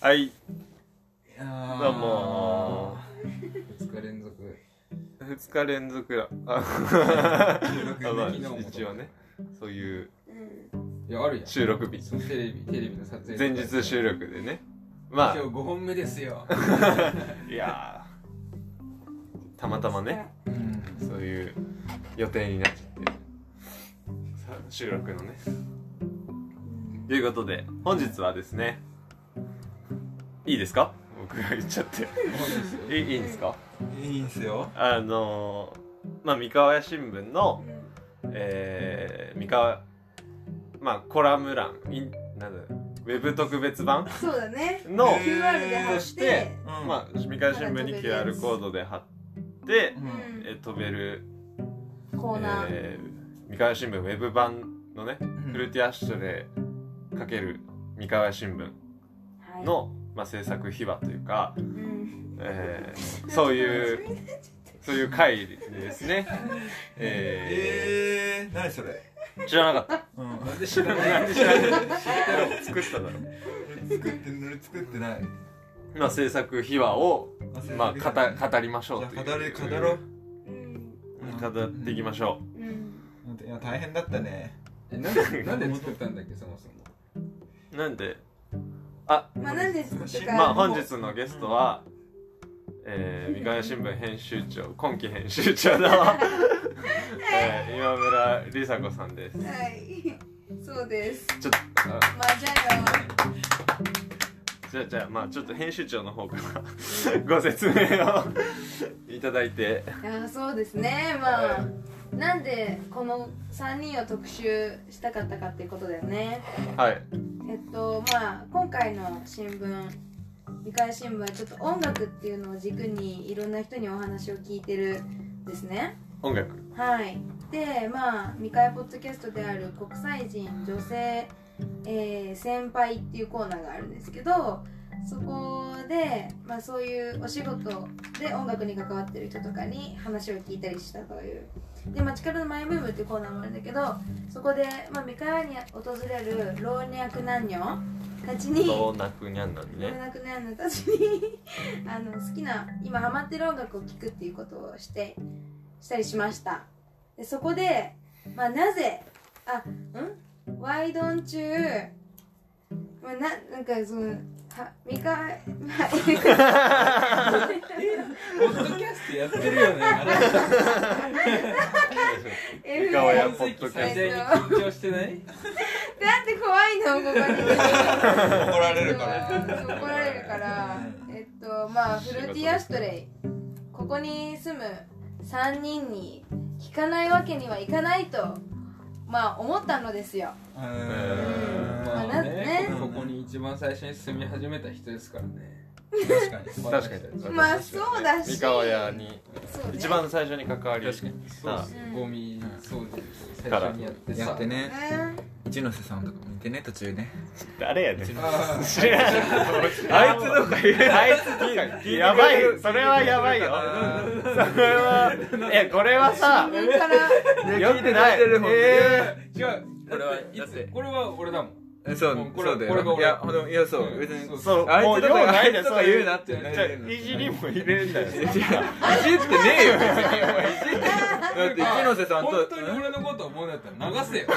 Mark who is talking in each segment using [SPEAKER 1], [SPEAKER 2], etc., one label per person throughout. [SPEAKER 1] はい、
[SPEAKER 2] いやー
[SPEAKER 1] どうも
[SPEAKER 2] 二日連続
[SPEAKER 1] 2日連続だ。あ
[SPEAKER 2] 収録
[SPEAKER 1] まあ
[SPEAKER 2] ね昨日も
[SPEAKER 1] 一応ね、そういう
[SPEAKER 3] うん
[SPEAKER 2] いやあるやん
[SPEAKER 1] 収録日。
[SPEAKER 2] そのテレビテレビの撮影
[SPEAKER 1] 前日収録でね。ま
[SPEAKER 2] 今日5本目ですよ
[SPEAKER 1] あ、いやーたまたまね、
[SPEAKER 2] うん
[SPEAKER 1] そういう予定になっちゃって。さ収録のね。ということで、本日はですね、いいですか僕が言っちゃって。
[SPEAKER 2] そう
[SPEAKER 1] いいいいんですか
[SPEAKER 2] いいんすよ
[SPEAKER 1] あのー、まあ、三河屋新聞の、
[SPEAKER 3] うん
[SPEAKER 1] えー、三河、まあ、コラム欄、インなんだウェブ特別版
[SPEAKER 3] そうだね
[SPEAKER 1] の、
[SPEAKER 2] へー
[SPEAKER 3] QR で貼っ
[SPEAKER 1] してて、
[SPEAKER 2] うん
[SPEAKER 1] まあ、三河新聞に QR コードで貼って、
[SPEAKER 2] うん
[SPEAKER 1] えー飛べる、
[SPEAKER 3] コーナー、
[SPEAKER 1] えー、三河新聞ウェブ版のね、フルーティアッシュでかける三河新聞
[SPEAKER 3] はい、
[SPEAKER 1] の、まあ、制作秘話というか、
[SPEAKER 3] うん、
[SPEAKER 1] えー、そういう、そういう回でですね、え
[SPEAKER 4] ええー、何それ。
[SPEAKER 1] ー、知らなかっ
[SPEAKER 4] うん、
[SPEAKER 2] なんで知ら
[SPEAKER 1] た。
[SPEAKER 2] ない
[SPEAKER 1] なんで知らない作っただろう。
[SPEAKER 4] 作っ てんのに作ってない。
[SPEAKER 1] まあ、制作秘話を、まあ、語語りましょうという。
[SPEAKER 4] 語る語ろ
[SPEAKER 1] う
[SPEAKER 3] うん
[SPEAKER 4] う。
[SPEAKER 1] ん語っていきましょ
[SPEAKER 3] うん
[SPEAKER 4] いや大変だったね。
[SPEAKER 2] えなんでなんで作ったんだっけそもそも
[SPEAKER 1] う。なんで、あ、
[SPEAKER 3] まあなんで作ったか
[SPEAKER 1] まあ、本日のゲストは、えー、三河新聞編集長、今期編集長の、えー、今村梨紗子さんです。
[SPEAKER 3] はいそうです
[SPEAKER 1] ちょっと、あ
[SPEAKER 3] まあじゃあよ
[SPEAKER 1] じゃあじゃあまあちょっと編集長の方からご説明をいただいて
[SPEAKER 3] いやそうですねまあ
[SPEAKER 1] は
[SPEAKER 3] なんでこの3人を特集したかったかっていうことだよね
[SPEAKER 1] はい
[SPEAKER 3] えっとまあ今回の新聞理解新聞はちょっと音楽っていうのを軸にいろんな人にお話を聞いてるんですね
[SPEAKER 1] 音楽
[SPEAKER 3] はいでまあ未開ポッドキャストである国際人女性、えー先輩っていうコーナーがあるんですけどそこで、まあ、そういうお仕事で音楽に関わってる人とかに話を聞いたりしたというで「まあ、力のマイブーム」っていうコーナーもあるんだけどそこで、まあ、未開に訪れる老若男女たちに
[SPEAKER 1] 老若にゃんなんに
[SPEAKER 3] ね、
[SPEAKER 1] ね
[SPEAKER 3] なくなるのたちにあの好きな今ハマってる音楽を聴くっていうことをしてしたりしましたでそこで、まあ、なぜあん Why don't you まあ、ななんかそのは未開
[SPEAKER 2] ポッドキャストやってるよ ねあれ
[SPEAKER 1] 三河屋ポ
[SPEAKER 2] 本
[SPEAKER 1] ッド
[SPEAKER 2] 席
[SPEAKER 1] キャス
[SPEAKER 2] 最大に緊張してない
[SPEAKER 3] なんて怖いのここに
[SPEAKER 4] 怒られるから。
[SPEAKER 3] そう怒られるからえっとまあフルーティアシュトレイここに住む3人に聞かないわけにはいかないとまあ思ったのですよ
[SPEAKER 4] う
[SPEAKER 3] うんまあ
[SPEAKER 4] ん
[SPEAKER 3] なね
[SPEAKER 2] ここに一番最初に住み始めた人ですからね
[SPEAKER 4] 確かに。
[SPEAKER 1] ト確かに
[SPEAKER 3] まあそうだし
[SPEAKER 1] 三河屋に
[SPEAKER 3] そうね
[SPEAKER 1] 一番最初に関わり
[SPEAKER 4] 確かに
[SPEAKER 1] し
[SPEAKER 2] そう
[SPEAKER 1] た
[SPEAKER 2] っすゴミ掃除最
[SPEAKER 1] から
[SPEAKER 2] 初にやってさ
[SPEAKER 5] やってね
[SPEAKER 3] ね
[SPEAKER 5] 一ノ瀬さんとかもいてね途中ね
[SPEAKER 1] 誰やねん
[SPEAKER 2] あ
[SPEAKER 1] 知らないあいつどこか言うあいつどっかやばいよそれはやばいよそれはいやこれはさ
[SPEAKER 3] それから
[SPEAKER 1] よくないえ
[SPEAKER 2] ー違う
[SPEAKER 5] これは
[SPEAKER 2] だってい
[SPEAKER 5] だって
[SPEAKER 2] つこれは俺だもん
[SPEAKER 5] えそう
[SPEAKER 2] もうこれ
[SPEAKER 5] そうだ
[SPEAKER 2] これが
[SPEAKER 5] よい
[SPEAKER 2] 俺
[SPEAKER 5] やほんといやそう
[SPEAKER 2] うん
[SPEAKER 5] 別に
[SPEAKER 1] ーそう
[SPEAKER 5] あい
[SPEAKER 1] もう
[SPEAKER 5] つと
[SPEAKER 1] 用
[SPEAKER 5] か
[SPEAKER 1] な
[SPEAKER 5] あ
[SPEAKER 1] い
[SPEAKER 5] い
[SPEAKER 1] で
[SPEAKER 5] つ
[SPEAKER 1] そ
[SPEAKER 5] と
[SPEAKER 1] う
[SPEAKER 5] か
[SPEAKER 1] 言
[SPEAKER 5] 言
[SPEAKER 1] う
[SPEAKER 5] う
[SPEAKER 1] な
[SPEAKER 5] な
[SPEAKER 1] っ
[SPEAKER 5] ってて
[SPEAKER 1] じゃあいじりも入れるんだよ
[SPEAKER 5] いじってねえよ別にお前いじってだって一ノ瀬さんと
[SPEAKER 2] 本当に俺のこと思うんだったら流せよ ダ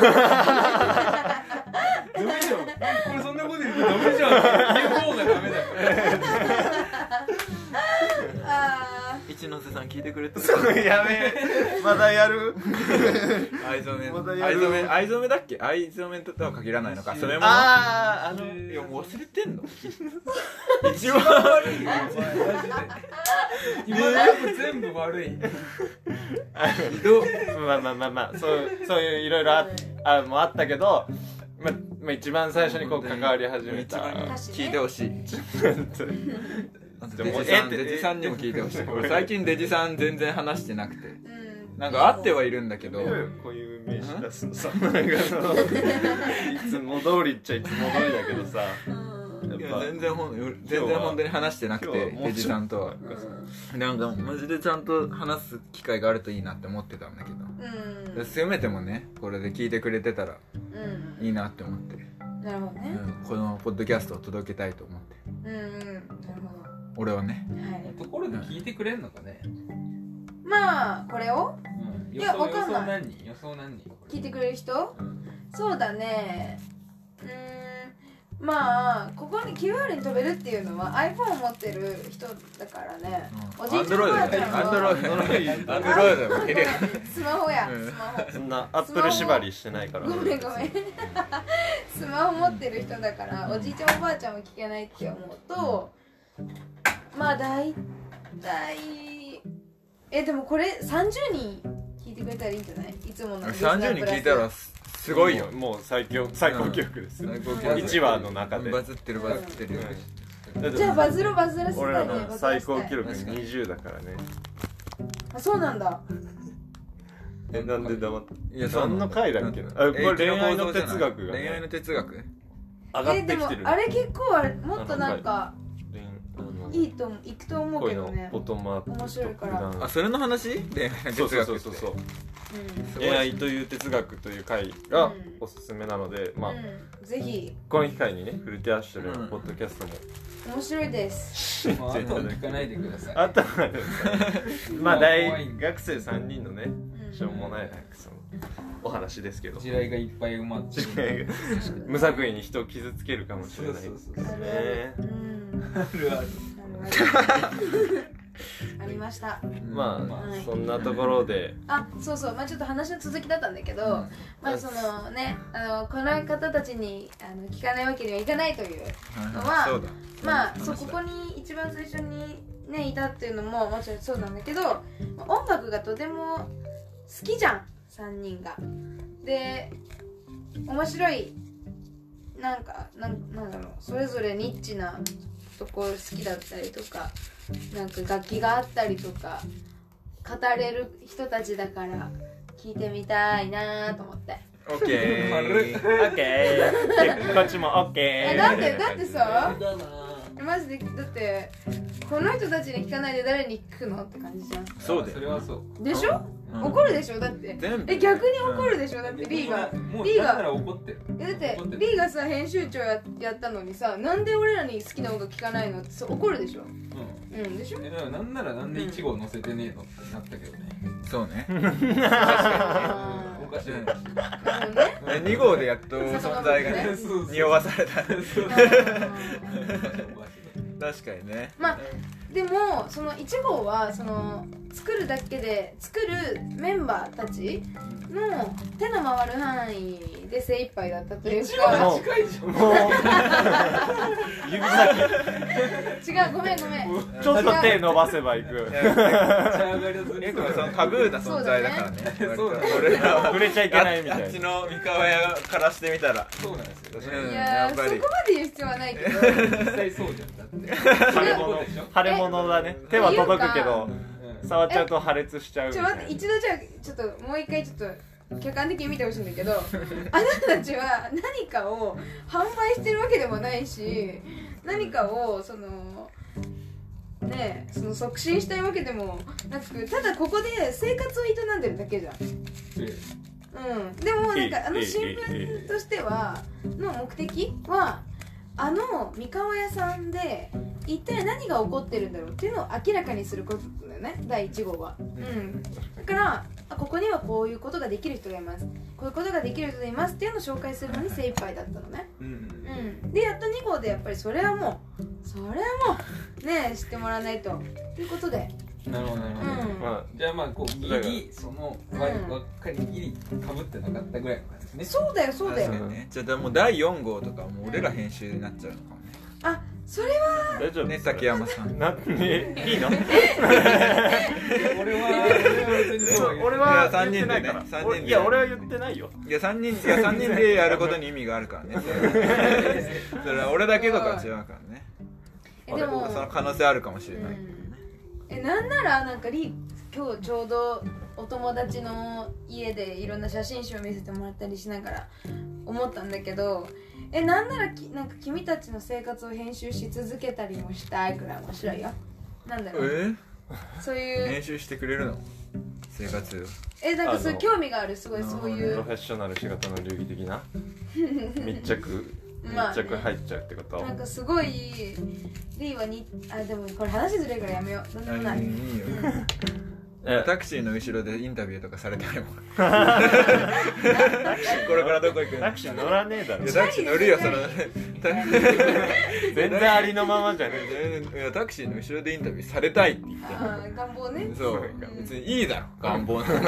[SPEAKER 2] メじゃんこれそんなこと言うとダメじゃん言う方がダメだよ
[SPEAKER 3] あ
[SPEAKER 5] 一ノ瀬さん聞いてくれてる
[SPEAKER 1] そうやべえまだやる
[SPEAKER 5] 藍染め
[SPEAKER 1] またや
[SPEAKER 5] 藍
[SPEAKER 1] る
[SPEAKER 5] 染め藍染めだっけ藍染めとは限らないのか染め物
[SPEAKER 1] あああの
[SPEAKER 5] いやもう忘れてん の
[SPEAKER 2] 一番悪いよお前マジで今の部全部悪い
[SPEAKER 5] ひどっ
[SPEAKER 1] まあまあまあまあそうそういういろいろああもうあったけど、まあまあ、一番最初にこう関わり始めた
[SPEAKER 5] 一番
[SPEAKER 3] 歌詞ね
[SPEAKER 5] 聞いてほしいあとデジ
[SPEAKER 1] え
[SPEAKER 5] さん
[SPEAKER 1] って
[SPEAKER 5] デジさんにも聞いてほ しい俺最近デジさん全然話してなくて
[SPEAKER 3] ーうん
[SPEAKER 5] なんか会ってはいるんだけど
[SPEAKER 1] こう いう名刺出すのさなんかそのいつも通りっちゃいつも通りだけどさ
[SPEAKER 3] うん
[SPEAKER 1] やっ
[SPEAKER 5] いや
[SPEAKER 1] ぱ
[SPEAKER 5] 全然ほん全然本当に話してなく
[SPEAKER 1] 今
[SPEAKER 5] て
[SPEAKER 1] 日はもうちょっと
[SPEAKER 5] デジさんとは
[SPEAKER 3] うん
[SPEAKER 5] なんかマジでちゃんと話す機会があるといいなって思ってたんだけど
[SPEAKER 3] うん
[SPEAKER 5] せめてもねこれで聞いてくれてたら
[SPEAKER 3] うん
[SPEAKER 5] いいなって思って、
[SPEAKER 3] なるほど
[SPEAKER 5] う
[SPEAKER 3] ね
[SPEAKER 5] んこのポッドキャストを届けたいと思って
[SPEAKER 3] うんうんなるほど
[SPEAKER 4] 俺はね
[SPEAKER 3] はい
[SPEAKER 2] ところで聞いてくれんのかね、
[SPEAKER 3] まあこれを
[SPEAKER 2] うん、
[SPEAKER 3] いやわかんない
[SPEAKER 2] 予想何人予想何人
[SPEAKER 3] 聞いてくれる人
[SPEAKER 2] うん
[SPEAKER 3] そうだねうーんまあここに QR に飛べるっていうのは iPhone を持ってる人だからね、おじいちゃんおばあちゃん
[SPEAKER 5] アンドロイド
[SPEAKER 3] は
[SPEAKER 5] だねアンドロイドだね
[SPEAKER 3] スマホや、
[SPEAKER 5] うん
[SPEAKER 3] スマホ
[SPEAKER 1] そんなアップル縛りしてないから
[SPEAKER 3] ごめんご めんスマホ持ってる人だからおじいちゃんおばあちゃんも聞けないって思うとまあ大体えでもこれ30人聞いてくれたらいいんじゃないいつものリスナー
[SPEAKER 5] 30人
[SPEAKER 3] プラス
[SPEAKER 5] 聞いたらすすごいよ
[SPEAKER 1] もうもう最強最高記録です、
[SPEAKER 5] 最高記録
[SPEAKER 1] 1話の中で、
[SPEAKER 5] バズってるバズってる
[SPEAKER 1] うん
[SPEAKER 2] うん
[SPEAKER 1] だって
[SPEAKER 3] じゃあバズろバズらせたい
[SPEAKER 1] 俺
[SPEAKER 3] ね
[SPEAKER 1] ら
[SPEAKER 3] バズら
[SPEAKER 1] の
[SPEAKER 3] せたい
[SPEAKER 1] 最高記録20だからね
[SPEAKER 3] あそうなんだ
[SPEAKER 1] えなんで黙って
[SPEAKER 5] いやそう
[SPEAKER 1] 何
[SPEAKER 5] な
[SPEAKER 1] の
[SPEAKER 5] んだ
[SPEAKER 1] 回だっけなあこれ恋愛の哲学がね
[SPEAKER 5] 恋愛の哲学
[SPEAKER 1] 上がっ
[SPEAKER 3] えで
[SPEAKER 1] て
[SPEAKER 3] も
[SPEAKER 1] きてる
[SPEAKER 3] あれ結構あれもっとなんか
[SPEAKER 1] 恋あの
[SPEAKER 3] いいと思ういくと思う
[SPEAKER 1] 恋
[SPEAKER 3] けど
[SPEAKER 1] の
[SPEAKER 3] ね
[SPEAKER 1] ボトムアップ
[SPEAKER 3] 面白いから
[SPEAKER 1] と普段
[SPEAKER 5] あそれの話恋愛の哲
[SPEAKER 1] そ
[SPEAKER 5] 学
[SPEAKER 1] うそうそうそうそう
[SPEAKER 3] う
[SPEAKER 1] 恋愛という哲学という回が
[SPEAKER 3] うん
[SPEAKER 1] おすすめなので、まあ、
[SPEAKER 3] ん、うん、ぜひ
[SPEAKER 1] この機会にねフルテアッシュルのポッドキャストも
[SPEAKER 3] 面白いです
[SPEAKER 2] もう後は聞かないでください
[SPEAKER 1] あとはね まあ
[SPEAKER 2] もう怖い
[SPEAKER 1] 大学生3人のね
[SPEAKER 3] うん
[SPEAKER 1] しょうもないなんかそのお話ですけど
[SPEAKER 2] 地雷がいっぱい埋まって る
[SPEAKER 1] 無作為に人を傷つけるかもし
[SPEAKER 2] そ
[SPEAKER 1] れな
[SPEAKER 2] う
[SPEAKER 1] い
[SPEAKER 2] そうそう
[SPEAKER 3] あるあるうん
[SPEAKER 2] あるある
[SPEAKER 3] ありました
[SPEAKER 1] まあ、
[SPEAKER 3] はい
[SPEAKER 1] そんなところで
[SPEAKER 3] あそうそうまあちょっと話の続きだったんだけど、
[SPEAKER 5] うん
[SPEAKER 3] まあそのねあのこの方たちにあの聞かないわけにはいかないという
[SPEAKER 5] はい
[SPEAKER 3] の
[SPEAKER 5] はい
[SPEAKER 3] は
[SPEAKER 5] そうだ
[SPEAKER 3] まあ
[SPEAKER 5] 話
[SPEAKER 3] そうこ
[SPEAKER 5] だ
[SPEAKER 3] こに一番最初にねいたっていうのももちろんそうなんだけどまあ音楽がとても好きじゃん3人が。で面白いなんかなんなんだろうそれぞれニッチなとこ好きだったりとかなんか楽器があったりとか語れる人たちだから聞いてみたいなと思って。
[SPEAKER 5] オッケー
[SPEAKER 1] オッケーこっちもオッケー
[SPEAKER 3] えだってだってさ
[SPEAKER 2] だな
[SPEAKER 3] マジでだってこの人たちに聞かないで誰に聞くのって感じじゃん
[SPEAKER 5] そうだよ
[SPEAKER 2] それはそう
[SPEAKER 3] でし
[SPEAKER 5] う
[SPEAKER 3] ょ、
[SPEAKER 5] ん
[SPEAKER 3] 怒るでしょだって
[SPEAKER 5] 全部
[SPEAKER 3] え逆に怒るでしょだって B が
[SPEAKER 2] もう
[SPEAKER 3] B
[SPEAKER 2] だか
[SPEAKER 3] が
[SPEAKER 2] ら怒ってる
[SPEAKER 3] えだって
[SPEAKER 2] 怒ってる
[SPEAKER 3] B がさ編集長ややったのにさなんで俺らに好きな音楽聞かないのってそう怒るでしょ
[SPEAKER 2] うん
[SPEAKER 3] うんでしょ
[SPEAKER 2] えだからなんならなんで1号乗せてねえのってなったけどね
[SPEAKER 5] そうね
[SPEAKER 3] あ
[SPEAKER 2] おかしい
[SPEAKER 5] うん
[SPEAKER 2] おかしい
[SPEAKER 3] ーなるほどね
[SPEAKER 5] え2号でやっと存在が
[SPEAKER 3] う
[SPEAKER 5] ね
[SPEAKER 3] ん
[SPEAKER 2] そうそう
[SPEAKER 5] 匂わされた確
[SPEAKER 2] そう
[SPEAKER 3] あ
[SPEAKER 2] そう
[SPEAKER 3] ー
[SPEAKER 5] かにね
[SPEAKER 3] まあでもその1号はその作るだけで作るメンバーたちの手の回る範囲で精一杯だったという
[SPEAKER 2] 一
[SPEAKER 3] か
[SPEAKER 2] 番近いじゃん
[SPEAKER 1] もう指先
[SPEAKER 3] 違うごめんごめん
[SPEAKER 1] ちょっと手伸ばせばいく
[SPEAKER 5] いや
[SPEAKER 2] チャーガリアズ
[SPEAKER 5] 結構そのタブーな存在だからね割と
[SPEAKER 2] そうだね
[SPEAKER 5] 俺らは
[SPEAKER 1] 触れちゃいけないみ
[SPEAKER 5] あ
[SPEAKER 1] た
[SPEAKER 5] っ
[SPEAKER 1] い
[SPEAKER 5] ち
[SPEAKER 1] な
[SPEAKER 5] の三河屋からしてみたら
[SPEAKER 2] そうなんですよ
[SPEAKER 5] うん
[SPEAKER 3] い
[SPEAKER 5] や
[SPEAKER 3] や
[SPEAKER 5] っ
[SPEAKER 3] ー
[SPEAKER 5] ぱ
[SPEAKER 3] そ
[SPEAKER 5] り
[SPEAKER 3] こまで言う必要はないけど
[SPEAKER 2] 実際そうじゃんだって
[SPEAKER 1] 腫れ
[SPEAKER 2] そう
[SPEAKER 1] 物
[SPEAKER 2] でしょ
[SPEAKER 1] 腫れ物だね手は届くけど
[SPEAKER 2] うん
[SPEAKER 1] 触っちゃうと破裂しちゃうみ
[SPEAKER 3] ち
[SPEAKER 1] た
[SPEAKER 3] ょ
[SPEAKER 1] い
[SPEAKER 3] っ
[SPEAKER 1] な
[SPEAKER 3] と待って一度じゃあちょっともう一回ちょっと客観的に見てほしいんだ けどあなたたちは何かを販売してるわけでもないし何かをそのねえその促進したいわけでもなくただここで生活を営んでるだけじゃん。
[SPEAKER 2] で
[SPEAKER 3] うん、でもなん
[SPEAKER 1] ええ
[SPEAKER 3] かあの
[SPEAKER 1] ええ
[SPEAKER 3] 新聞としてはの目的はあの三河屋さんで一体何が起こってるんだろうっていうのを明らかにすることだよね第1号は、うん、だからあここにはこういうことができる人がいますこういうことができる人がいますっていうのを紹介するのに精一杯だったのね、
[SPEAKER 2] うん
[SPEAKER 3] うん、でやっと2号でやっぱりそれはもうそれはもうねえ知ってもらわないとということで
[SPEAKER 2] なるほどなるほど
[SPEAKER 3] うん
[SPEAKER 1] ま
[SPEAKER 2] じゃあまあこうギ
[SPEAKER 1] だから
[SPEAKER 2] リその
[SPEAKER 3] うん
[SPEAKER 2] 輪っかにギリかぶってなかったぐらいの感じね
[SPEAKER 3] そうだよそうだよ
[SPEAKER 5] 確かにねじゃあもう第4号とかもう俺ら編集になっちゃうのかも
[SPEAKER 3] あそれは
[SPEAKER 1] あ大丈夫
[SPEAKER 5] ねね竹山さん
[SPEAKER 1] なえいいの
[SPEAKER 2] 俺は俺は別に
[SPEAKER 1] そ
[SPEAKER 2] そうう
[SPEAKER 1] 俺
[SPEAKER 5] い
[SPEAKER 1] は
[SPEAKER 5] や三
[SPEAKER 1] 言っ
[SPEAKER 5] 人
[SPEAKER 1] て
[SPEAKER 5] でね
[SPEAKER 1] ないから
[SPEAKER 5] 三人で
[SPEAKER 1] 俺いや俺は言ってないよ
[SPEAKER 5] いや3人いや三人でやることに意味がある からねそれは俺だけとかは違うからね
[SPEAKER 3] えでも
[SPEAKER 5] その可能性あるかもしれない
[SPEAKER 3] えなんならなんかり今日ちょうどお友達の家でいろんな写真集を見せてもらったりしながら思ったんだけどえなんならきなんか君たちの生活を編集し続けたりもしたいくらい面白いよなんだろう
[SPEAKER 5] え
[SPEAKER 3] そういう
[SPEAKER 5] 編集してくれるの生活
[SPEAKER 3] えなんかそ
[SPEAKER 1] あ
[SPEAKER 3] うい
[SPEAKER 1] の
[SPEAKER 3] う興味があるすごいそうい
[SPEAKER 1] プ
[SPEAKER 3] う
[SPEAKER 1] ロフェッショナル仕事の流儀的な密着
[SPEAKER 3] まあね
[SPEAKER 1] 密着入っちゃうってこと、
[SPEAKER 3] なんかすごいリーはにあでもこれ話ずれるからやめようどうでもない、
[SPEAKER 5] いいよ
[SPEAKER 1] え
[SPEAKER 5] タクシーの後ろでインタビューとかされてあれ もこれからどこ行くの
[SPEAKER 1] タクシー乗らねえだ ろ
[SPEAKER 5] いやタクシー乗るよそのタ
[SPEAKER 1] 全然ありのままじゃね
[SPEAKER 5] い
[SPEAKER 1] え
[SPEAKER 5] やタクシーの後ろでインタビューされたいって言っ
[SPEAKER 3] あー願望ね
[SPEAKER 5] てそう
[SPEAKER 3] うん
[SPEAKER 5] 別にいいだろ願望なの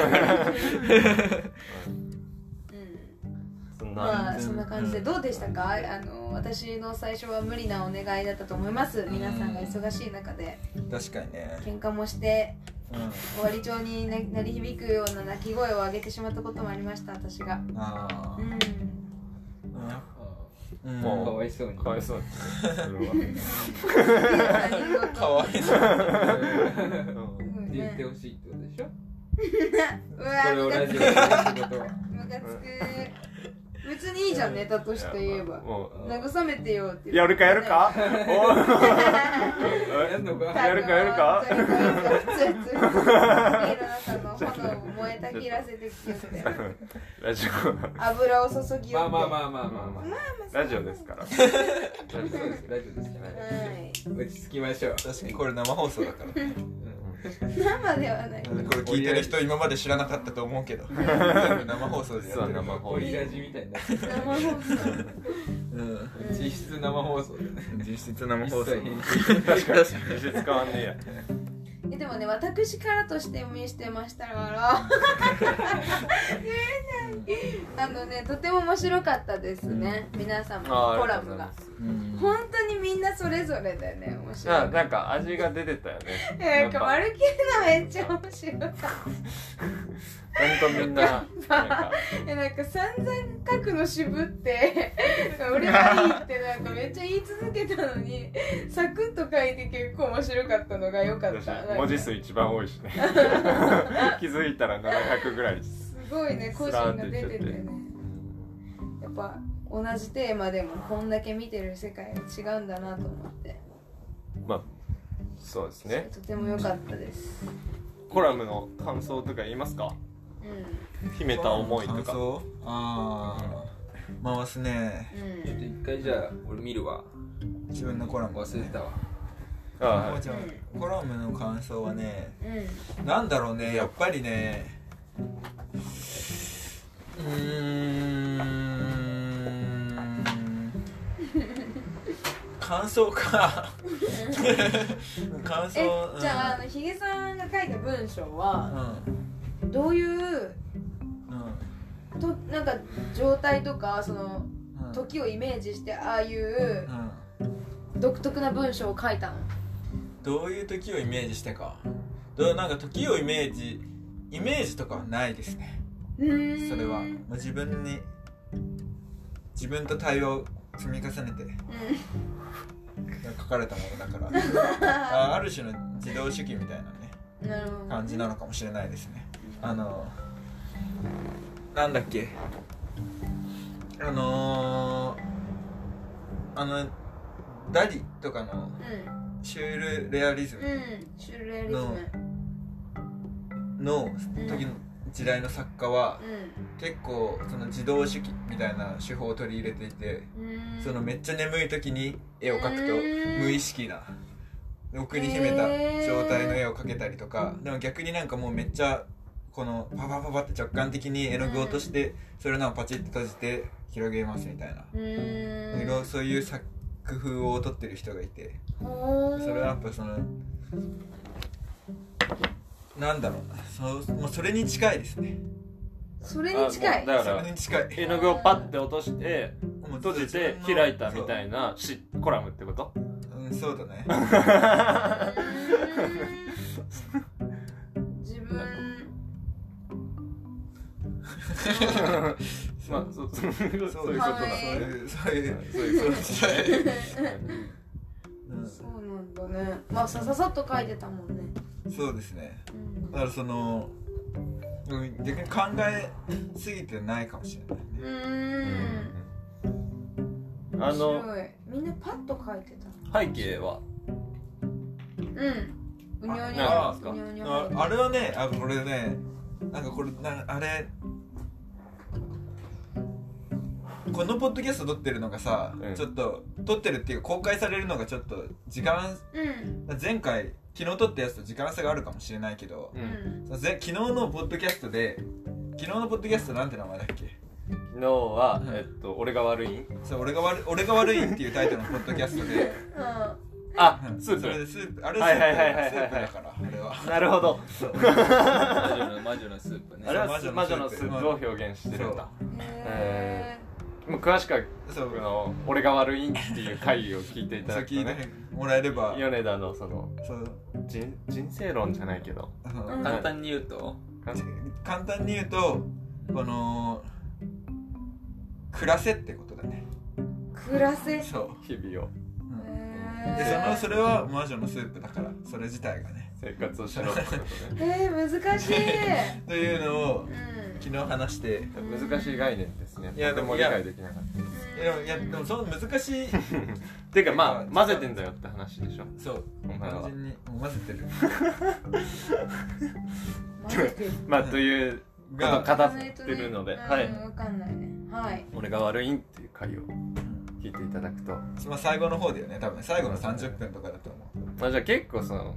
[SPEAKER 3] うん
[SPEAKER 1] そんな、
[SPEAKER 3] まあそんな感じでどうでしたかあの私の最初は無理なお願いだったと思います皆さんが忙しい中で
[SPEAKER 4] 確かにね
[SPEAKER 3] 喧嘩もして
[SPEAKER 4] うん
[SPEAKER 3] 終わり帳にな鳴り響くような泣き声を上げてしまったこともありました私が
[SPEAKER 4] ああ
[SPEAKER 3] うん
[SPEAKER 4] うん
[SPEAKER 1] もう
[SPEAKER 2] かわいそうに
[SPEAKER 1] かわいそうにそれは
[SPEAKER 4] かわいそう
[SPEAKER 3] うん
[SPEAKER 2] って言っ
[SPEAKER 3] ね
[SPEAKER 2] てほしいってことでしょ
[SPEAKER 3] う
[SPEAKER 2] これ
[SPEAKER 3] わ
[SPEAKER 2] を
[SPEAKER 3] ムカ
[SPEAKER 2] ラ
[SPEAKER 3] つ
[SPEAKER 2] ジオで
[SPEAKER 3] く
[SPEAKER 2] 言うことは
[SPEAKER 3] ムカつく別にいいじゃんネタとして言えば
[SPEAKER 1] も
[SPEAKER 3] 慰めてよって言
[SPEAKER 1] う
[SPEAKER 3] う
[SPEAKER 1] やるかやるか お
[SPEAKER 2] やんのか
[SPEAKER 1] やるかやるか
[SPEAKER 3] 普通に普通にビールの中の炎を燃えたぎらせてきよって
[SPEAKER 1] おラジオ
[SPEAKER 3] 油を注ぎよ
[SPEAKER 2] ま
[SPEAKER 3] って
[SPEAKER 2] あまあまあまあまあまあ
[SPEAKER 1] ラジオですから
[SPEAKER 2] ラジオですラジオですか
[SPEAKER 3] は
[SPEAKER 2] ら
[SPEAKER 3] い
[SPEAKER 2] 落ち着きましょう
[SPEAKER 4] 確かにこれ生放送だからね
[SPEAKER 3] 生ではない
[SPEAKER 4] これ聞いてる人今まで知らなかったと思うけど全部生放送でや
[SPEAKER 1] 実
[SPEAKER 4] っ
[SPEAKER 1] は
[SPEAKER 4] てる
[SPEAKER 1] 生放
[SPEAKER 2] オ
[SPEAKER 1] 送
[SPEAKER 2] リラジみたいな
[SPEAKER 3] 生放送
[SPEAKER 4] うん
[SPEAKER 2] 実質生放送でね
[SPEAKER 5] 実質生放送
[SPEAKER 2] 一切編
[SPEAKER 5] 確かに
[SPEAKER 1] 実質変わんねえや
[SPEAKER 3] えでもね私からとして見してまし たからあのねとても面白かったですね、皆様
[SPEAKER 1] あー
[SPEAKER 3] のコ
[SPEAKER 1] ありがとうござい
[SPEAKER 3] ラムが
[SPEAKER 1] ます
[SPEAKER 3] 本当にみんなそれぞれだよね面白
[SPEAKER 1] あ
[SPEAKER 3] い
[SPEAKER 1] なんか味が出てたよね
[SPEAKER 3] なん
[SPEAKER 1] や
[SPEAKER 3] か
[SPEAKER 1] っぱ
[SPEAKER 3] 丸切るのめっちゃ面白かった
[SPEAKER 1] ほんとみ んななんか
[SPEAKER 3] えなんか散々書くの渋って 俺はいいってなんかめっちゃ言い続けたのにサクッと書いて結構面白かったのが良かったなんか
[SPEAKER 1] 文字数一番多いしね気づいたら700ぐらいです
[SPEAKER 3] すごいね個人が出ててねやっぱ同じテーマでもこんだけ見てる世界が違うんだなと思って
[SPEAKER 1] まあそうですね
[SPEAKER 3] とても良かったです
[SPEAKER 1] コラムの感想とか言いますか
[SPEAKER 3] う
[SPEAKER 1] 秘めた思いと
[SPEAKER 4] 感
[SPEAKER 1] か
[SPEAKER 4] 想ああ回すね
[SPEAKER 3] んうん
[SPEAKER 2] ちょっと一回じゃあ俺見るわ
[SPEAKER 4] 自分のコラム
[SPEAKER 2] 忘れたわ
[SPEAKER 1] あ
[SPEAKER 4] こうちゃんコラムの感想はね
[SPEAKER 3] うん
[SPEAKER 4] なんだろうねやっぱりねうーん感想 か感
[SPEAKER 3] え
[SPEAKER 4] 想うん
[SPEAKER 3] じゃああのヒゲさんが書いた文章
[SPEAKER 4] う
[SPEAKER 3] は
[SPEAKER 4] ん
[SPEAKER 3] どういう
[SPEAKER 4] うん
[SPEAKER 3] となんか状態とかその
[SPEAKER 4] うん
[SPEAKER 3] 時をイメージしてああいう
[SPEAKER 4] うん
[SPEAKER 3] 独特な文章を書いたの
[SPEAKER 4] どういう時をイメージしたかどうなんか時をイメージイメージとかはないですね
[SPEAKER 3] うーん
[SPEAKER 4] それは
[SPEAKER 3] う
[SPEAKER 4] も
[SPEAKER 3] ん
[SPEAKER 4] う自分に自分と対話を積み重ねて書かれたものだからあある種の自動主義みたいなね
[SPEAKER 3] なるほど
[SPEAKER 4] 感じなのかもしれないですねあのなんだっけあのー、あのダディとかの
[SPEAKER 3] う
[SPEAKER 4] シュールレアリズ
[SPEAKER 3] んうんシュルレアリズム
[SPEAKER 4] のムの時の時代の作家は結構その自動主義みたいな手法を取り入れていて
[SPEAKER 3] うんうーん
[SPEAKER 4] そのめっちゃ眠い時に絵を描く
[SPEAKER 3] う
[SPEAKER 4] と
[SPEAKER 3] ーん
[SPEAKER 4] 無意識な奥に秘めた
[SPEAKER 3] へー
[SPEAKER 4] 状態の絵を描けたりとかでも逆になんかもうめっちゃこのパパパパって直感的に絵の具を落としてそれをなんかパチッと閉じて広げますみたいな
[SPEAKER 3] うー
[SPEAKER 4] 色
[SPEAKER 3] ん
[SPEAKER 4] そういう作風を取ってる人がいて
[SPEAKER 3] ほー
[SPEAKER 4] それはやっぱそのなんだろうなそうもうそれに近いですね
[SPEAKER 3] それに近い
[SPEAKER 1] あもうだ
[SPEAKER 4] そ
[SPEAKER 1] から
[SPEAKER 4] れに近い
[SPEAKER 1] 絵の具をパッて落として
[SPEAKER 4] もう
[SPEAKER 1] 閉じて開いたみたいなしコラムってこと
[SPEAKER 4] そう,、うん、そうだ ね
[SPEAKER 3] うーん自分
[SPEAKER 1] まあそう そうそういうこと
[SPEAKER 4] そういうこと
[SPEAKER 1] だ
[SPEAKER 4] だそういうそういう
[SPEAKER 1] そういうこと
[SPEAKER 4] 時代うん
[SPEAKER 3] そうなんだねまあさささっと書いてたもんね
[SPEAKER 4] そうですね
[SPEAKER 3] うん
[SPEAKER 4] だからそのうん逆に考えすぎてないかもしれないね
[SPEAKER 3] うーん
[SPEAKER 1] あ
[SPEAKER 3] 面
[SPEAKER 1] の
[SPEAKER 3] 白いみんなパッと書いてた
[SPEAKER 1] 背景は
[SPEAKER 3] うんうにょうに
[SPEAKER 1] あ
[SPEAKER 3] ょ
[SPEAKER 1] なんか
[SPEAKER 3] うにょうに
[SPEAKER 4] あ
[SPEAKER 3] ょ
[SPEAKER 4] あれはねあこれねなんかこれなあれこのポッドキャスト撮ってるのがさ、
[SPEAKER 1] うん
[SPEAKER 4] ちょっと撮ってるっていうか公開されるのがちょっと時間
[SPEAKER 3] うん
[SPEAKER 4] 前回昨日撮ったやつと時間差があるかもしれないけど、
[SPEAKER 1] う
[SPEAKER 3] うんん
[SPEAKER 4] そのぜ昨日のポッドキャストで昨日のポッドキャストなんて名前だっけ
[SPEAKER 1] 昨日は
[SPEAKER 4] う、ん
[SPEAKER 1] えっと、俺が悪いん
[SPEAKER 4] そう俺が悪い俺が悪いっていうタイトルのポッドキャストで、
[SPEAKER 1] あ
[SPEAKER 4] う、ん
[SPEAKER 1] スー
[SPEAKER 4] それで
[SPEAKER 1] プ。
[SPEAKER 4] スープあれス
[SPEAKER 1] はいはいはいはいは
[SPEAKER 4] ー
[SPEAKER 1] い
[SPEAKER 4] プスープだからあれは
[SPEAKER 1] なるほど。
[SPEAKER 2] 魔女の魔女のスープね
[SPEAKER 1] あれはス魔
[SPEAKER 4] 魔
[SPEAKER 1] 女
[SPEAKER 4] 女
[SPEAKER 1] の
[SPEAKER 4] の
[SPEAKER 1] ス
[SPEAKER 4] スープ
[SPEAKER 1] ープを表現してるんだ。
[SPEAKER 3] へ
[SPEAKER 1] もう詳しくは、
[SPEAKER 4] そう
[SPEAKER 1] 僕の、俺が悪いんっていう回を聞いていた
[SPEAKER 4] そう
[SPEAKER 1] だくと
[SPEAKER 4] 聞い
[SPEAKER 1] ね。
[SPEAKER 4] てもらえれば
[SPEAKER 1] 米田のその
[SPEAKER 4] そう
[SPEAKER 1] 人人生論じゃないけど
[SPEAKER 4] あの
[SPEAKER 3] うん
[SPEAKER 2] 簡単に言うと
[SPEAKER 4] 簡単に言うとこの暮らせってことだね
[SPEAKER 3] ー暮らせへ
[SPEAKER 4] そう、
[SPEAKER 1] 日々を
[SPEAKER 4] うん
[SPEAKER 3] ー
[SPEAKER 4] でそのそれは魔女のスープだからそれ自体がね
[SPEAKER 1] 生活をしろってことね
[SPEAKER 3] えー難しい
[SPEAKER 4] というのを
[SPEAKER 3] うん
[SPEAKER 4] 昨日話して
[SPEAKER 1] 難しい概念ですね
[SPEAKER 4] いや
[SPEAKER 1] とても
[SPEAKER 4] い
[SPEAKER 1] 理
[SPEAKER 4] や
[SPEAKER 1] 解できなかった
[SPEAKER 4] いやでもいやでもその難しい
[SPEAKER 1] ていうかまあ
[SPEAKER 4] まあ
[SPEAKER 1] 混ぜてんだよって話でしょ
[SPEAKER 4] そう
[SPEAKER 1] お前
[SPEAKER 4] 完
[SPEAKER 1] は
[SPEAKER 4] 全にもう混ぜてる
[SPEAKER 3] 混ぜてる
[SPEAKER 1] まあということを
[SPEAKER 4] が
[SPEAKER 1] 語ってるので、
[SPEAKER 3] うん
[SPEAKER 1] はい
[SPEAKER 3] わかんないねはい
[SPEAKER 1] 俺が悪いんっていう回を聞いていただくと、
[SPEAKER 4] まあ最後の方だよね多分最後の30分とかだと思
[SPEAKER 1] まあ、じゃあ結構その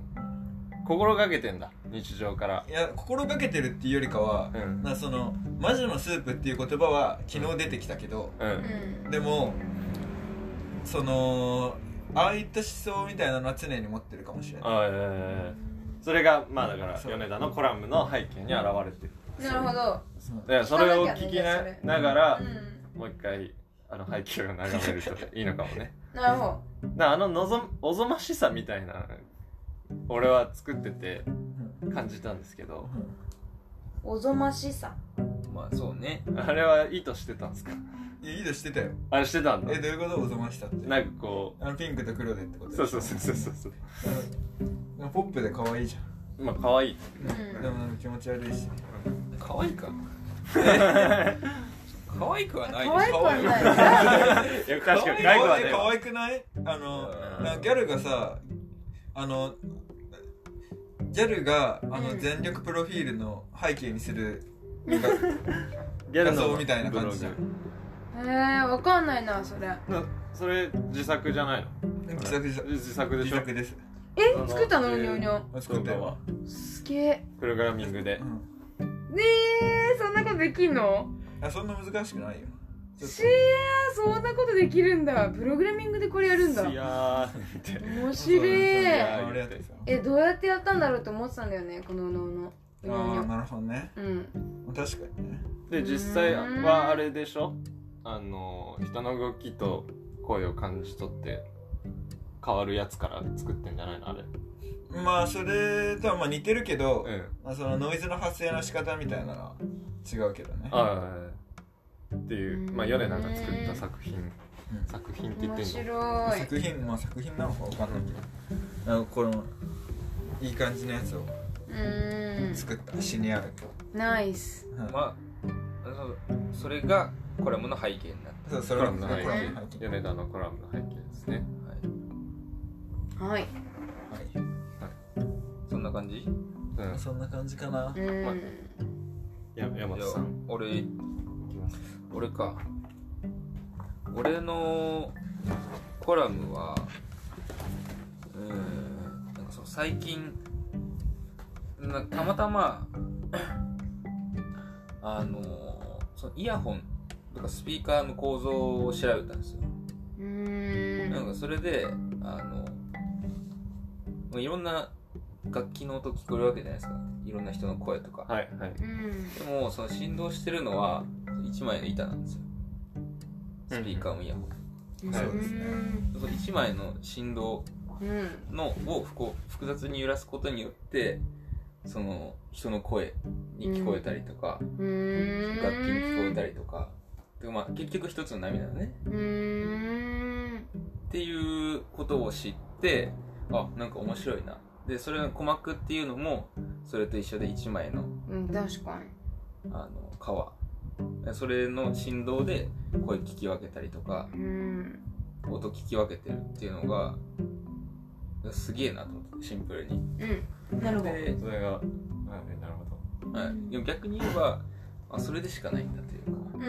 [SPEAKER 1] 心がけてんだ日常から
[SPEAKER 4] ういや心がけてるっていうよりかは、
[SPEAKER 1] うん
[SPEAKER 4] なその魔女のスープっていう言葉は昨日出てきたけど
[SPEAKER 1] うん、
[SPEAKER 3] うん
[SPEAKER 4] でもそのああいった思想みたいなのは常に持ってるかもしれない
[SPEAKER 1] あえーそれがまあだから
[SPEAKER 4] そう
[SPEAKER 1] 米田のコラムの背景に現れてる
[SPEAKER 3] なるほど
[SPEAKER 4] そう
[SPEAKER 1] だからそれを聞き
[SPEAKER 3] 聞かなきゃねそ
[SPEAKER 1] なながら、
[SPEAKER 3] うん
[SPEAKER 1] もう一回あの背景を眺めるといいのかもね
[SPEAKER 3] なるほど
[SPEAKER 1] なあののぞおぞましさみたいな俺は作ってて感じたんですけど
[SPEAKER 3] おぞましさ
[SPEAKER 2] まあそうね
[SPEAKER 1] あれは意図してたんですか
[SPEAKER 4] いやいいのしてたよ
[SPEAKER 1] あれしてたんだ
[SPEAKER 4] えどういうことおぞましたって
[SPEAKER 1] なんかこ
[SPEAKER 4] あのピンクと黒でってこと
[SPEAKER 1] う
[SPEAKER 4] で
[SPEAKER 1] そうそうそうそうそうそう
[SPEAKER 4] あのポップで可愛いじゃ
[SPEAKER 1] まあ可愛い
[SPEAKER 4] んでもなんか気持ち悪いし
[SPEAKER 2] 可愛いか可愛くはない
[SPEAKER 3] 可愛くはない
[SPEAKER 1] いや確かに
[SPEAKER 4] 可
[SPEAKER 1] 外
[SPEAKER 4] 愛
[SPEAKER 1] 語はね
[SPEAKER 4] い可愛くないあの
[SPEAKER 2] うん
[SPEAKER 4] なんかギャルがさあのギャルがあ
[SPEAKER 3] う
[SPEAKER 4] の
[SPEAKER 3] ん
[SPEAKER 4] 全力プロフィールの背景にす るなんか
[SPEAKER 1] ギャル
[SPEAKER 4] 画
[SPEAKER 1] の
[SPEAKER 4] 像みたいな感じじゃん
[SPEAKER 1] ブロ
[SPEAKER 3] えー、わかんないなそれ
[SPEAKER 1] グなそれ自作じゃないの
[SPEAKER 4] 自作自作
[SPEAKER 1] 自作で
[SPEAKER 4] 自
[SPEAKER 1] しょ
[SPEAKER 4] 作です
[SPEAKER 1] あの
[SPEAKER 3] え作ったの
[SPEAKER 1] えー
[SPEAKER 3] うにょうにょ
[SPEAKER 4] あ作ったよ、
[SPEAKER 3] すげえ
[SPEAKER 1] プログラミングで
[SPEAKER 4] うん
[SPEAKER 3] ねえそんなことできんの
[SPEAKER 4] あそんな難しくないよちょっ
[SPEAKER 3] しやそんなことできるんだプログラミングでこれやるんだ
[SPEAKER 1] いやーって
[SPEAKER 3] 面
[SPEAKER 4] と
[SPEAKER 3] 白い
[SPEAKER 1] や
[SPEAKER 4] あれやってさ
[SPEAKER 3] えどうやってやったんだろうって思ってたんだよねこのうのうのう
[SPEAKER 4] あ
[SPEAKER 3] のうに
[SPEAKER 4] あ
[SPEAKER 3] ょ
[SPEAKER 4] なるほどね
[SPEAKER 3] うん
[SPEAKER 4] 確かにね
[SPEAKER 1] で実際はあれでしょあの人の動きと声を感じ取って変わるやつから作ってんじゃないのあれ
[SPEAKER 4] まあそれとはまあ似てるけど、
[SPEAKER 1] うん
[SPEAKER 4] まあ、そのノイズの発生の仕方みたいなのは違うけどね
[SPEAKER 1] ああっていうまあ米田が作った作品
[SPEAKER 4] うん
[SPEAKER 1] 作品って言ってん
[SPEAKER 3] 面
[SPEAKER 1] の
[SPEAKER 3] 白い
[SPEAKER 4] 作品まあ作品なのかわかんないけどなんかこのいい感じのやつを
[SPEAKER 3] うー
[SPEAKER 4] 作ったシニアル、
[SPEAKER 3] んナイス
[SPEAKER 4] うん
[SPEAKER 2] まあそそれがコラムの背景になっ
[SPEAKER 4] そうそ
[SPEAKER 1] コ
[SPEAKER 4] れ
[SPEAKER 1] ラ
[SPEAKER 4] が
[SPEAKER 1] ムの
[SPEAKER 4] コ
[SPEAKER 1] 背
[SPEAKER 4] ラムの背
[SPEAKER 1] 景
[SPEAKER 4] 景
[SPEAKER 1] 米田のコラムの背景ですね
[SPEAKER 2] た、はい、
[SPEAKER 3] はい
[SPEAKER 4] は
[SPEAKER 2] そんな感じ
[SPEAKER 1] うん
[SPEAKER 4] いそんな感じかな
[SPEAKER 3] うーん
[SPEAKER 1] や山
[SPEAKER 2] い
[SPEAKER 1] 田
[SPEAKER 2] や
[SPEAKER 1] さん
[SPEAKER 2] 俺
[SPEAKER 1] いきます
[SPEAKER 2] 俺か俺のコラムはうーんなんかそう最近なんかたまたま あのそのイヤホンとかスピーカーの構造を調べたんですよ
[SPEAKER 3] うー
[SPEAKER 2] なん
[SPEAKER 3] ん
[SPEAKER 2] かそれであのまあいろんな楽器の音聞こえるわけじゃないですかいろんな人の声とか、
[SPEAKER 1] はいはい
[SPEAKER 3] うん
[SPEAKER 2] でもその振動してるのは1枚の板なんですよスピーカーもイヤホン、
[SPEAKER 4] そうですね
[SPEAKER 2] その1枚の振動
[SPEAKER 3] うん
[SPEAKER 2] のをこう複雑に揺らすことによってその人の声に聞こえたりとか、
[SPEAKER 3] うーん
[SPEAKER 2] 楽器に聞こえたりとかでまあ、結局一つの波なのね
[SPEAKER 3] うーん
[SPEAKER 2] っていうことを知ってあなんか面白いなでそれの鼓膜っていうのもそれと一緒で1枚の
[SPEAKER 3] うん確か
[SPEAKER 2] あの皮それの振動で声聞き分けたりとか
[SPEAKER 3] にうん
[SPEAKER 2] 音聞き分けてるっていうのがすげえなと思ってシンプルに。
[SPEAKER 3] うんなるほど
[SPEAKER 2] で
[SPEAKER 1] それがはいなるほど
[SPEAKER 2] はい、でも逆に言えばあそれでしかないんだというか
[SPEAKER 3] うん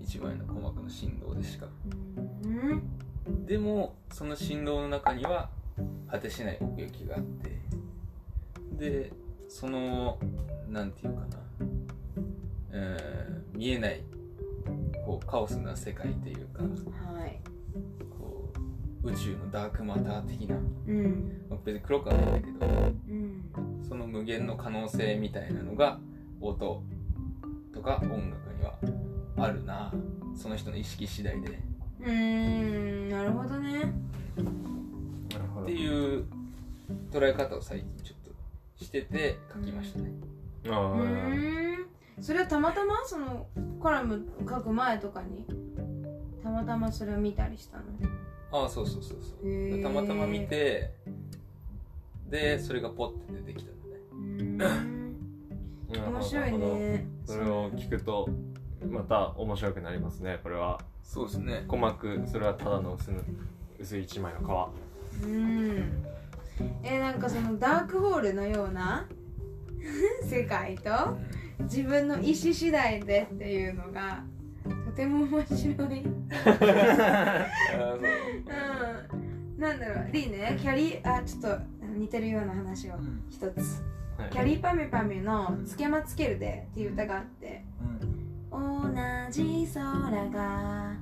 [SPEAKER 2] 一枚の鼓膜の振動でしか
[SPEAKER 3] うん
[SPEAKER 2] でもその振動の中には果てしない奥行きがあってでそのなんていうかな、えー見えないこうカオスな世界というか
[SPEAKER 3] はい
[SPEAKER 2] こう宇宙のダークマター的な、
[SPEAKER 3] うん
[SPEAKER 2] まあ別に黒くはないんだけど
[SPEAKER 3] うん
[SPEAKER 2] その無限の可能性みたいなのが音とか音楽にはあるなその人の意識次第で
[SPEAKER 3] うーんなるほどね
[SPEAKER 1] なるほ
[SPEAKER 2] っていう捉え方を最近ちょっとしてて書きましたね
[SPEAKER 1] あ
[SPEAKER 3] う
[SPEAKER 1] ー
[SPEAKER 3] ーんそれはたまたまそのコラム書く前とかにたまたまそれを見たりしたの
[SPEAKER 2] ああそうそうそうそ
[SPEAKER 3] へ
[SPEAKER 2] う
[SPEAKER 3] ー
[SPEAKER 2] たまたま見てでそれがポッて出てきたのね
[SPEAKER 3] うーん面白い
[SPEAKER 1] なるほど
[SPEAKER 3] ね
[SPEAKER 1] それを聞くとまた面白くなりますねこれは
[SPEAKER 2] そうですね
[SPEAKER 1] 鼓膜それはただの薄ぬ薄い一枚の
[SPEAKER 3] うんえなんかそのダークホールのような 世界と自分の意思次第でっていうのがとても面白い
[SPEAKER 2] あーそう
[SPEAKER 3] うんなんだろうリーねキャリーあちょっと似てるような話を
[SPEAKER 4] うん
[SPEAKER 3] 一つ、
[SPEAKER 1] はい
[SPEAKER 3] キャリーパミュパミュの「つけまつけるで」っていう歌があって「同じ空が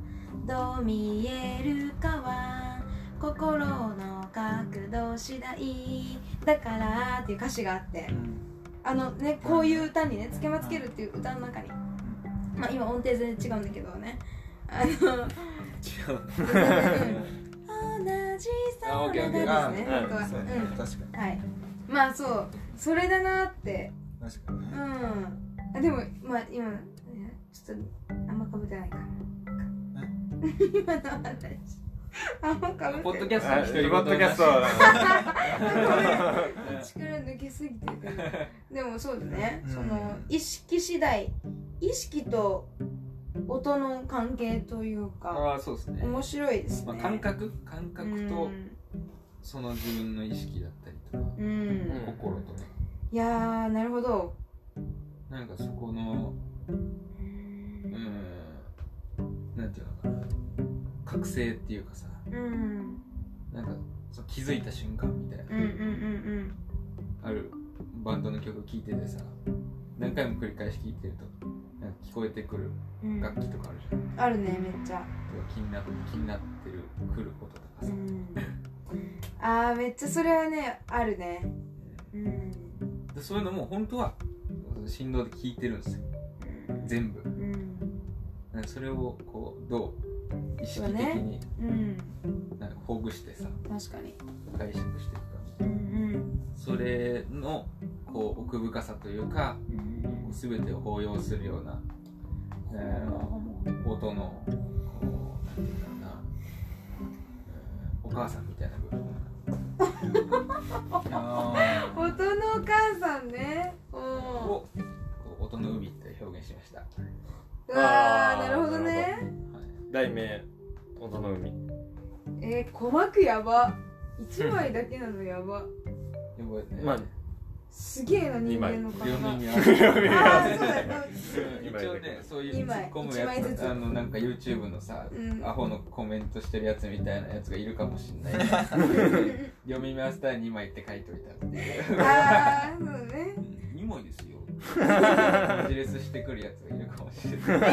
[SPEAKER 3] どう見えるかは心の角度次第だから」っていう歌詞があってあのねこういう歌にね「つけまつける」っていう歌の中にまあ今音程全然違うんだけどねあの
[SPEAKER 2] 違う
[SPEAKER 3] 同じ
[SPEAKER 2] あ
[SPEAKER 3] 空
[SPEAKER 2] OK OK
[SPEAKER 3] がですね
[SPEAKER 1] あ
[SPEAKER 3] 本当は、
[SPEAKER 4] そううね確
[SPEAKER 3] ん、
[SPEAKER 4] かに
[SPEAKER 3] はいまあそうそれだなって
[SPEAKER 4] 確かに
[SPEAKER 3] う
[SPEAKER 4] ね
[SPEAKER 3] んあでもまあ今ねちょっとあんまかぶってないから今の話あんまか
[SPEAKER 2] ポ
[SPEAKER 3] ぶっ
[SPEAKER 2] ッド
[SPEAKER 3] てな
[SPEAKER 2] キ
[SPEAKER 3] い
[SPEAKER 2] ャストの独り言
[SPEAKER 1] ポッドキャスト
[SPEAKER 3] 力抜けすぎてる でもそうだね、
[SPEAKER 4] うん
[SPEAKER 3] その意識次第意識と音の関係というか
[SPEAKER 2] ああそうですね、
[SPEAKER 3] 面白いですね、
[SPEAKER 2] まあ、感覚感覚
[SPEAKER 3] う
[SPEAKER 2] と
[SPEAKER 3] ん
[SPEAKER 2] その自分の意識だったりとか
[SPEAKER 3] うん
[SPEAKER 1] ん
[SPEAKER 2] 心とね
[SPEAKER 3] いやーなるほど
[SPEAKER 2] なんかそこのうんなんていうのかな覚醒っていうかさ
[SPEAKER 3] うん
[SPEAKER 2] なんかそう気づいた瞬間みたい
[SPEAKER 3] う
[SPEAKER 2] な
[SPEAKER 3] んう
[SPEAKER 2] ん
[SPEAKER 3] うん
[SPEAKER 2] あるバンドの曲聴いててさ何回も繰り返し聴いてるとなんか聞こえてくる
[SPEAKER 3] うんうん
[SPEAKER 2] 楽器とかあるじゃん
[SPEAKER 3] あるねめっちゃ、
[SPEAKER 2] とか気になって気になってるくることとか
[SPEAKER 3] う
[SPEAKER 2] さ
[SPEAKER 3] ん、あーめっちゃそれはねあるねうん
[SPEAKER 2] でそういうのも本当は振動で聴いてるんですよ全部
[SPEAKER 3] うん
[SPEAKER 2] なんかそれをこうどう意識的に
[SPEAKER 3] うん
[SPEAKER 2] なんかほぐしてさ
[SPEAKER 3] 確かに
[SPEAKER 2] 解釈していくかみたいな
[SPEAKER 3] うん
[SPEAKER 2] それのこう奥深さというか
[SPEAKER 3] うん
[SPEAKER 2] こう全てを包容するような、えー音のこうなんていうかな、えーお母さんみたいな部分
[SPEAKER 4] あ
[SPEAKER 3] 音のお母さんねうん
[SPEAKER 2] をこう音の海って表現しました、は
[SPEAKER 3] うわー
[SPEAKER 1] あー
[SPEAKER 3] なるほど
[SPEAKER 1] なる
[SPEAKER 3] ね
[SPEAKER 1] 題名音の海
[SPEAKER 3] えー、鼓膜やば一枚だけなのやば
[SPEAKER 2] い、でもね、
[SPEAKER 1] まあ
[SPEAKER 3] すげえな人間の
[SPEAKER 2] 両
[SPEAKER 3] 体
[SPEAKER 2] 耳あ
[SPEAKER 3] あ
[SPEAKER 2] る
[SPEAKER 3] ーそうだね
[SPEAKER 2] 一応ねそういう
[SPEAKER 3] 二枚
[SPEAKER 2] 突っ込む
[SPEAKER 3] 一枚
[SPEAKER 2] や
[SPEAKER 3] ず
[SPEAKER 2] つ
[SPEAKER 3] つ
[SPEAKER 2] あのなんか YouTube のさ、
[SPEAKER 3] うん
[SPEAKER 2] アホのコメントしてるやつみたいなやつがいるかもしん ない 読み回したら2枚って書いといたっていう
[SPEAKER 3] ああそうだね
[SPEAKER 2] 2枚です よマジレスしてくるやつがいるかもし れない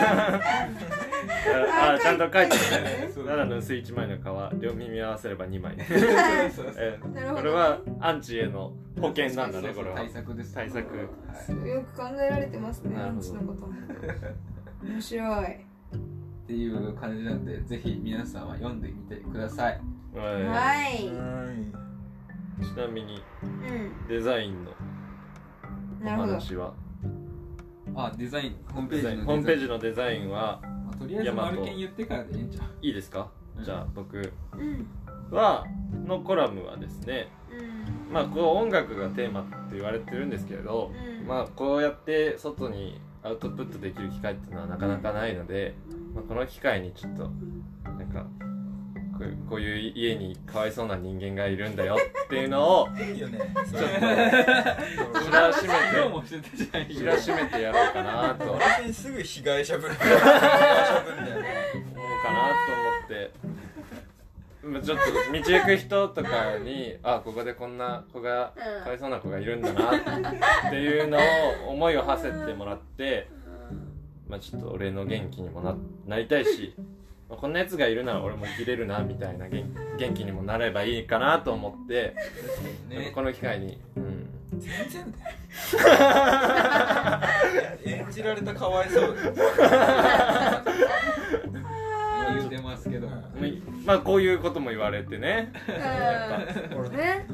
[SPEAKER 1] ああちゃんと書いて
[SPEAKER 3] 書い
[SPEAKER 1] る
[SPEAKER 3] てる
[SPEAKER 1] ね
[SPEAKER 2] ね
[SPEAKER 1] 奈良の薄い一枚の皮両耳合わせれば二枚え
[SPEAKER 3] なる
[SPEAKER 1] ー
[SPEAKER 3] ほどね
[SPEAKER 1] これはアンチへの保険なんだねこれは
[SPEAKER 2] 対策です
[SPEAKER 1] 対策
[SPEAKER 2] はい
[SPEAKER 3] よく考えられてますね、
[SPEAKER 1] な
[SPEAKER 3] ラ
[SPEAKER 1] る
[SPEAKER 3] ン
[SPEAKER 1] ほど
[SPEAKER 3] チのことも。面白い。
[SPEAKER 2] っていう感じなんでぜひ皆さんは読んでみてください
[SPEAKER 1] は
[SPEAKER 3] はい。
[SPEAKER 4] ー
[SPEAKER 1] いちなみに
[SPEAKER 3] うん。
[SPEAKER 1] デザインのお
[SPEAKER 3] なるほど。
[SPEAKER 1] 話は
[SPEAKER 2] あデザインホームペ
[SPEAKER 1] デザ
[SPEAKER 2] ー
[SPEAKER 1] イ
[SPEAKER 2] ジ
[SPEAKER 1] ン
[SPEAKER 2] の
[SPEAKER 1] ホームペー
[SPEAKER 2] ジ、
[SPEAKER 1] ジのデザインは
[SPEAKER 2] まあ、とりあえず丸剣言ってからでいいんじゃん
[SPEAKER 1] いいですか
[SPEAKER 2] うん
[SPEAKER 1] じゃあ僕
[SPEAKER 3] うん。
[SPEAKER 1] はのコラムはですね
[SPEAKER 3] うん。
[SPEAKER 1] まあこう音楽がテーマって言われてるんですけれど
[SPEAKER 3] うん。
[SPEAKER 1] まあこうやって外にアウトプットできる機会っていうのはなかなかないので、まあ、この機会にちょっとなんかこうこういう家にかわいそうな人間がいるんだよっていうのを
[SPEAKER 4] いいよね
[SPEAKER 1] ちょっと知らしめ
[SPEAKER 2] 今
[SPEAKER 1] て
[SPEAKER 2] 日もしてたじゃん
[SPEAKER 1] 知らしめてやろうかなと思うか
[SPEAKER 4] 俺すぐ被害者ぶる被害者ぶるんだよね
[SPEAKER 1] なと思ってちょっと道行く人とかにあここでこんな子が
[SPEAKER 3] うん
[SPEAKER 1] かわいそうな子がいるんだなっていうのを思いを馳せてもらって、まあ、ちょっと俺の元気にもななりたいし、まあこんなやつがいるなら俺も生きれるなみたいな元元気にもなればいいかなと思って。やっぱ
[SPEAKER 2] ね
[SPEAKER 1] この機会に、うん、
[SPEAKER 4] 全然だよ 演じられたかわいそうだよ
[SPEAKER 2] 言うてますけど
[SPEAKER 1] まあこういうことも言われてね
[SPEAKER 4] 俺
[SPEAKER 3] ね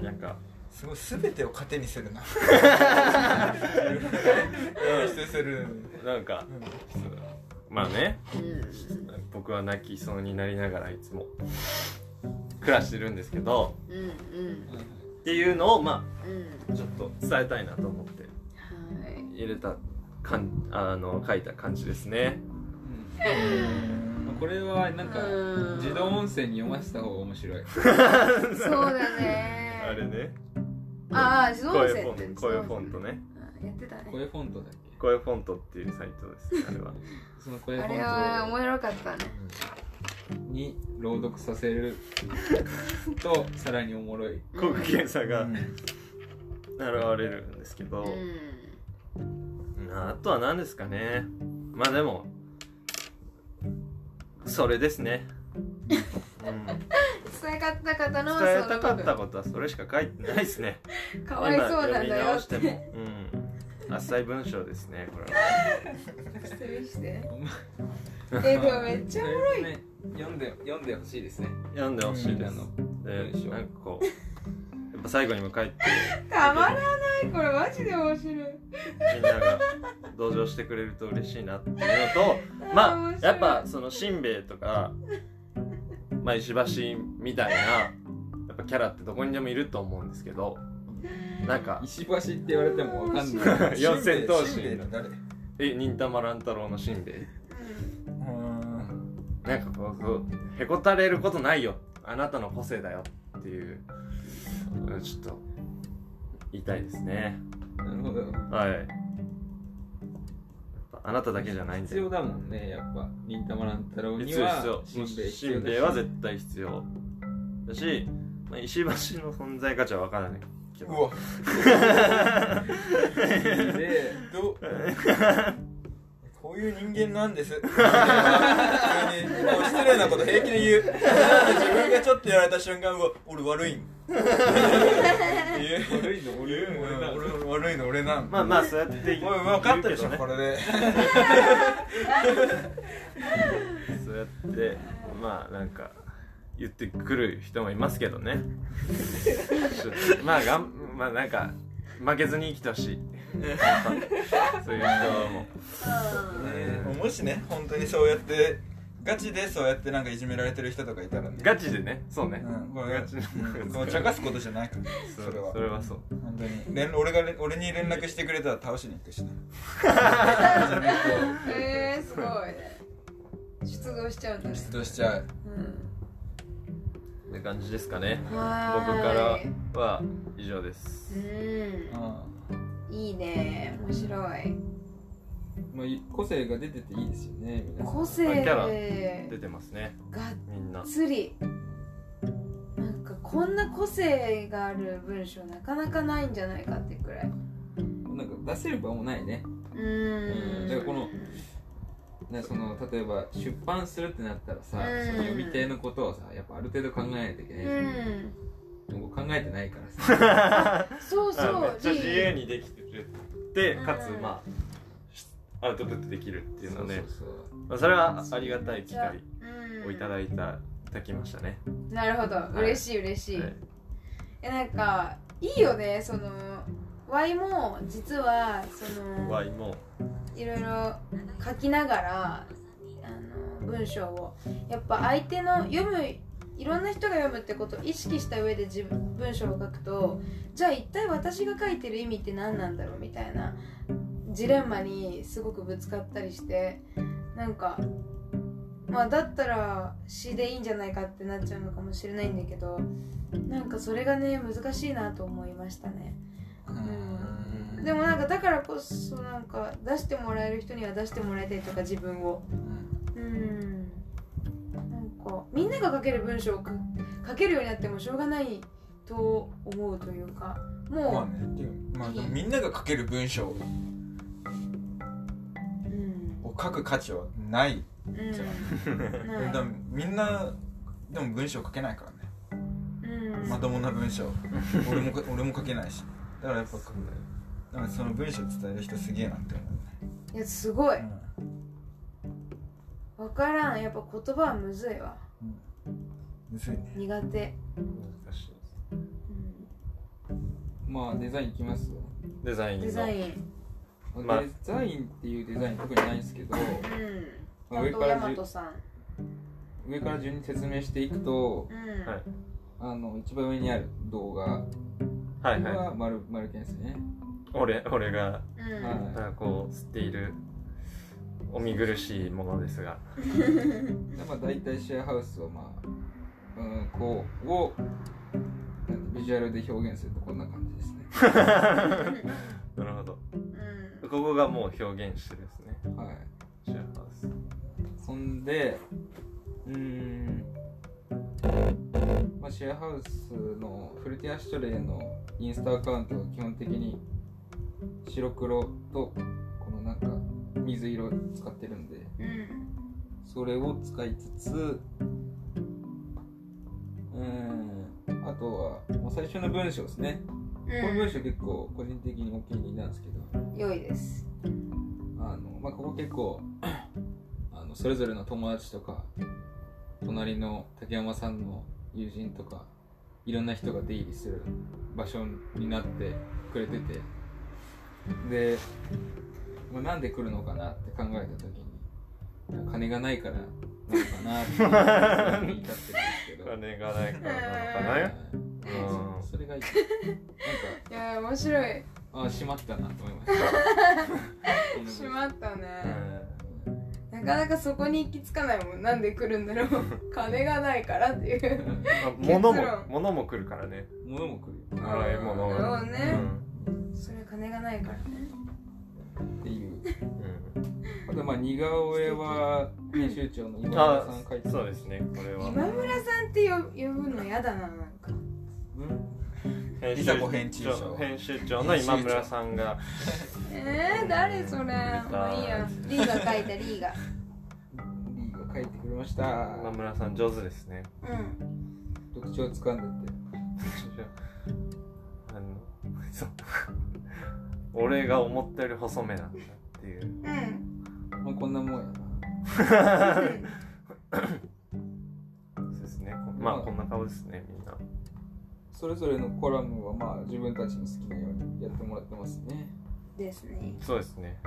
[SPEAKER 1] なんか
[SPEAKER 4] すごい全てを糧にするな出世する
[SPEAKER 1] なんか
[SPEAKER 4] うん
[SPEAKER 1] まあね
[SPEAKER 3] うん
[SPEAKER 1] 僕は泣きそうになりながらいつも暮らしてるんですけど
[SPEAKER 3] うんうん
[SPEAKER 1] っていうのをま
[SPEAKER 3] うん
[SPEAKER 1] あちょっと伝えたいなと思って
[SPEAKER 3] はい
[SPEAKER 1] 入れたかんあの書いた感じですね
[SPEAKER 2] うんこれはなんか
[SPEAKER 3] うん
[SPEAKER 2] 自動音声に読ませた方が面白い
[SPEAKER 3] そうだね
[SPEAKER 1] あれね
[SPEAKER 3] ああ自動
[SPEAKER 1] 声
[SPEAKER 3] 音
[SPEAKER 1] フ
[SPEAKER 3] 声って
[SPEAKER 1] ォント声フォントね
[SPEAKER 3] あやってたね
[SPEAKER 2] 声フォントだっけ
[SPEAKER 1] 声フォントっていうサイトですねあれは
[SPEAKER 2] その声フ
[SPEAKER 3] あれ
[SPEAKER 2] ォ
[SPEAKER 3] は
[SPEAKER 2] ント
[SPEAKER 3] 面白かったね
[SPEAKER 2] に朗読させるとさらにおもろい
[SPEAKER 1] 国権差が
[SPEAKER 4] うん
[SPEAKER 1] 現れるんですけど、
[SPEAKER 3] うん
[SPEAKER 1] あとは何ですかねまあでもそれですね、 うん、伝
[SPEAKER 3] 伝えたかったのはその
[SPEAKER 1] えたかったことはそれしか書いてないですね
[SPEAKER 3] 部分かわいそうなん
[SPEAKER 1] 今読み
[SPEAKER 3] だよ
[SPEAKER 1] 直
[SPEAKER 3] っ
[SPEAKER 1] して
[SPEAKER 3] て
[SPEAKER 1] も、うん、浅い文章ですねこれは
[SPEAKER 3] してるして
[SPEAKER 2] ほんま
[SPEAKER 3] えでもめっちゃおもろい
[SPEAKER 2] ね読んで読んでほしいですね
[SPEAKER 1] 読んでほしいです、
[SPEAKER 2] 文
[SPEAKER 1] で
[SPEAKER 2] 章
[SPEAKER 1] なんかこうやっぱ最後にも書いて
[SPEAKER 3] たまらないこれマジで面白い
[SPEAKER 1] みんなが同情してくれると嬉しいなっていうのとまあやっぱそのしんべヱとか、まあ、石橋みたいなやっぱキャラってどこにでもいると思うんですけどなんか
[SPEAKER 2] 石橋って言われてもわかんない
[SPEAKER 1] 四千頭
[SPEAKER 4] しんべ
[SPEAKER 1] 身
[SPEAKER 4] ヱって誰う
[SPEAKER 1] え忍たま乱太郎のしんべヱ
[SPEAKER 4] ーん
[SPEAKER 1] なんかこうこうへこたれることないよあなたの個性だよっていううんちょっと言いたいですね
[SPEAKER 2] なるほど
[SPEAKER 1] はいやっぱあなただけじゃないんだ
[SPEAKER 2] 必要
[SPEAKER 1] よ
[SPEAKER 2] だもんねやっぱ忍たま乱太郎に
[SPEAKER 1] 必要
[SPEAKER 2] は
[SPEAKER 1] 必要
[SPEAKER 2] しんべ
[SPEAKER 1] しんべ
[SPEAKER 2] ヱ
[SPEAKER 1] ヱは絶対必要だし、まあ、石橋の存在価値は分からないけ
[SPEAKER 4] う
[SPEAKER 1] ど
[SPEAKER 4] わ
[SPEAKER 2] 対で
[SPEAKER 4] どこういう人間なんです普通にもう失礼なこと平気で言う自分がちょっとやられた瞬間うわ俺悪いん言う
[SPEAKER 2] 悪いの俺
[SPEAKER 4] 言う
[SPEAKER 2] 俺だ
[SPEAKER 4] 俺俺悪いの俺なん
[SPEAKER 1] まあまあそうやって
[SPEAKER 4] おい分かったでし
[SPEAKER 1] 言
[SPEAKER 4] ょ
[SPEAKER 1] うけ
[SPEAKER 4] こ
[SPEAKER 1] どね
[SPEAKER 4] れで
[SPEAKER 1] そうやってまあなんか言ってくる人もいますけど ねちょっとまあがんまあなんか負けずに生きてほしいやっぱそういう人も
[SPEAKER 4] うんもしね本当にそうやってガチでそうやってなんかいじめられてる人とかいたらね
[SPEAKER 1] ガチでねそうね、
[SPEAKER 4] うん、これ
[SPEAKER 1] ガ
[SPEAKER 4] ガ
[SPEAKER 1] チ
[SPEAKER 4] チ
[SPEAKER 1] で
[SPEAKER 4] こう茶化すことじゃないから
[SPEAKER 1] そ
[SPEAKER 4] それは
[SPEAKER 1] それはそう
[SPEAKER 4] 本当に連俺が連俺に連絡してくれたら倒しに行 くしな
[SPEAKER 3] えー、すごいね出動しちゃうんだね
[SPEAKER 4] 出動しちゃう
[SPEAKER 3] うん
[SPEAKER 1] って感じですかね
[SPEAKER 3] は
[SPEAKER 1] 僕
[SPEAKER 3] ーい
[SPEAKER 1] からは以上です
[SPEAKER 3] うんいいね面白い
[SPEAKER 2] まあ、個性が出てていいですよね皆さん
[SPEAKER 3] 個性
[SPEAKER 1] キャラ
[SPEAKER 3] が
[SPEAKER 1] 出てますね
[SPEAKER 3] っ
[SPEAKER 1] みんな
[SPEAKER 3] つりなんかこんな個性がある文章なかなかないんじゃないかってくらい
[SPEAKER 2] なんか出せる場もないね
[SPEAKER 3] うーん
[SPEAKER 2] うんだからこのねその例えば出版するってなったらさ、
[SPEAKER 3] うん
[SPEAKER 2] その呼び手のことをさやっぱある程度考えないといけないじゃん、
[SPEAKER 3] う
[SPEAKER 2] でも考えてないからさ
[SPEAKER 3] んそうそ
[SPEAKER 1] あめっ
[SPEAKER 3] う
[SPEAKER 1] ちゃ自由
[SPEAKER 3] に
[SPEAKER 1] にできてるで
[SPEAKER 3] うん
[SPEAKER 1] かつまあアウトプットできるっていうので、
[SPEAKER 2] そうそう
[SPEAKER 1] まあ、それはありがたい機会
[SPEAKER 3] うん
[SPEAKER 1] をいただいた、いただきましたね。
[SPEAKER 3] なるほど
[SPEAKER 1] い
[SPEAKER 3] 嬉しい嬉しい、
[SPEAKER 1] はい
[SPEAKER 3] えなんかいいよねその Y も実はその
[SPEAKER 1] ワイも
[SPEAKER 3] いろいろ書きながらあの文章をやっぱ相手の読むいろんな人が読むってことを意識した上で自分文章を書くとじゃあ一体私が書いてる意味って何なんだろうみたいなジレンマにすごくぶつかったりしてなんかまあだったら詩でいいんじゃないかってなっちゃうのかもしれないんだけどなんかそれがね難しいなと思いましたね
[SPEAKER 4] うん
[SPEAKER 3] でもなんかだからこそなんか出してもらえる人には出してもらいたいとか自分をうんなんかみんなが書ける文章を書書けるようになってもしょうがないと思うというか
[SPEAKER 4] まあ
[SPEAKER 3] も
[SPEAKER 4] ねっていうまあでもみんなが書ける文章を
[SPEAKER 3] う、うん
[SPEAKER 4] 書く価値はない、
[SPEAKER 3] うん、
[SPEAKER 4] で
[SPEAKER 3] ない
[SPEAKER 4] もみんなでも文章書けないからね
[SPEAKER 3] うん
[SPEAKER 4] まともな文章俺もか 俺も書けないしだからやっぱだからその文章伝える人すげえなって思
[SPEAKER 3] いやすごいう
[SPEAKER 4] ね、
[SPEAKER 3] 分からんやっぱ言葉はむずいわ
[SPEAKER 4] うん、むずいね
[SPEAKER 3] 苦手、
[SPEAKER 1] 難しい
[SPEAKER 2] まあデザインいきます
[SPEAKER 1] デザインの
[SPEAKER 3] デザイン
[SPEAKER 1] まあ
[SPEAKER 2] デザインっていうデザイン特にないんですけど
[SPEAKER 3] うん
[SPEAKER 2] まあ
[SPEAKER 3] あ
[SPEAKER 2] 上
[SPEAKER 3] と
[SPEAKER 2] から
[SPEAKER 3] 大
[SPEAKER 2] じゅ
[SPEAKER 3] 和さん
[SPEAKER 2] 上から順に説明していくと
[SPEAKER 3] うん、
[SPEAKER 1] はい
[SPEAKER 2] あの一番上にある動画
[SPEAKER 1] はいはい
[SPEAKER 2] は丸丸剣ですね
[SPEAKER 1] 俺俺が
[SPEAKER 3] うん
[SPEAKER 2] はい
[SPEAKER 1] なんかこう吸っているお見苦しいものですが
[SPEAKER 2] でまあ大体シェアハウスをまあうんこうをなんかビジュアルで表現するとこんな感じですね
[SPEAKER 1] なるほど
[SPEAKER 3] うん
[SPEAKER 1] ここがもう表現してるんですね
[SPEAKER 2] はい
[SPEAKER 1] シェアハウス
[SPEAKER 2] そんでうーん、まあ、シェアハウスのフルティアシュトレイのインスタアカウントは基本的に白黒とこのなんか水色使ってるんで
[SPEAKER 3] うん
[SPEAKER 2] それを使いつつうーんあとは、まあ、最初の文章ですね、この文章結構個人的にお気に入りなんですけど
[SPEAKER 3] うん良いです
[SPEAKER 2] あの、まあ、ここ結構あのそれぞれの友達とか隣の竹山さんの友人とかいろんな人が出入りする場所になってくれててで、まあ、なんで来るのかなって考えた時に金がないからなのかなって言い立って るんです
[SPEAKER 1] 金がないから
[SPEAKER 2] けど
[SPEAKER 1] なの
[SPEAKER 2] はい
[SPEAKER 1] かな
[SPEAKER 2] それがいいなんか
[SPEAKER 3] いや面白い
[SPEAKER 2] ああしまったなと思いました
[SPEAKER 3] しまった
[SPEAKER 1] うん
[SPEAKER 3] ね、なかなかそこに行き着かないもんなんで来るんだろう金がないからっていう
[SPEAKER 1] うんまあ物も
[SPEAKER 3] 結論
[SPEAKER 1] 物も来るからね
[SPEAKER 2] 物も来るよ
[SPEAKER 1] 洗い物
[SPEAKER 3] なるほどね
[SPEAKER 1] うん
[SPEAKER 3] それは金がないからね
[SPEAKER 2] っていう
[SPEAKER 1] うん
[SPEAKER 2] あとまあ似顔絵は編集長の今
[SPEAKER 1] あ
[SPEAKER 2] 村さん描いて
[SPEAKER 1] そう
[SPEAKER 2] で
[SPEAKER 1] ですねこれは
[SPEAKER 3] 今村さんって呼呼ぶの嫌だななんか
[SPEAKER 1] 編
[SPEAKER 4] いざこ編集長
[SPEAKER 1] 編集長の今村さんが
[SPEAKER 3] えー、誰それまあいいやリーが書いたリーが
[SPEAKER 2] リーが描いてくれました
[SPEAKER 1] 今村さん上手ですね
[SPEAKER 3] うん
[SPEAKER 2] 特徴つかんでて
[SPEAKER 1] あのそう俺が思ったより細めなんだっていう
[SPEAKER 3] うん
[SPEAKER 2] まあこんなもんやな
[SPEAKER 1] そうですねこまあこんな顔ですねみんな
[SPEAKER 2] それぞれのコラムはまあ自分たちの好きなようにやってもらってますね
[SPEAKER 3] ですね
[SPEAKER 1] そうですね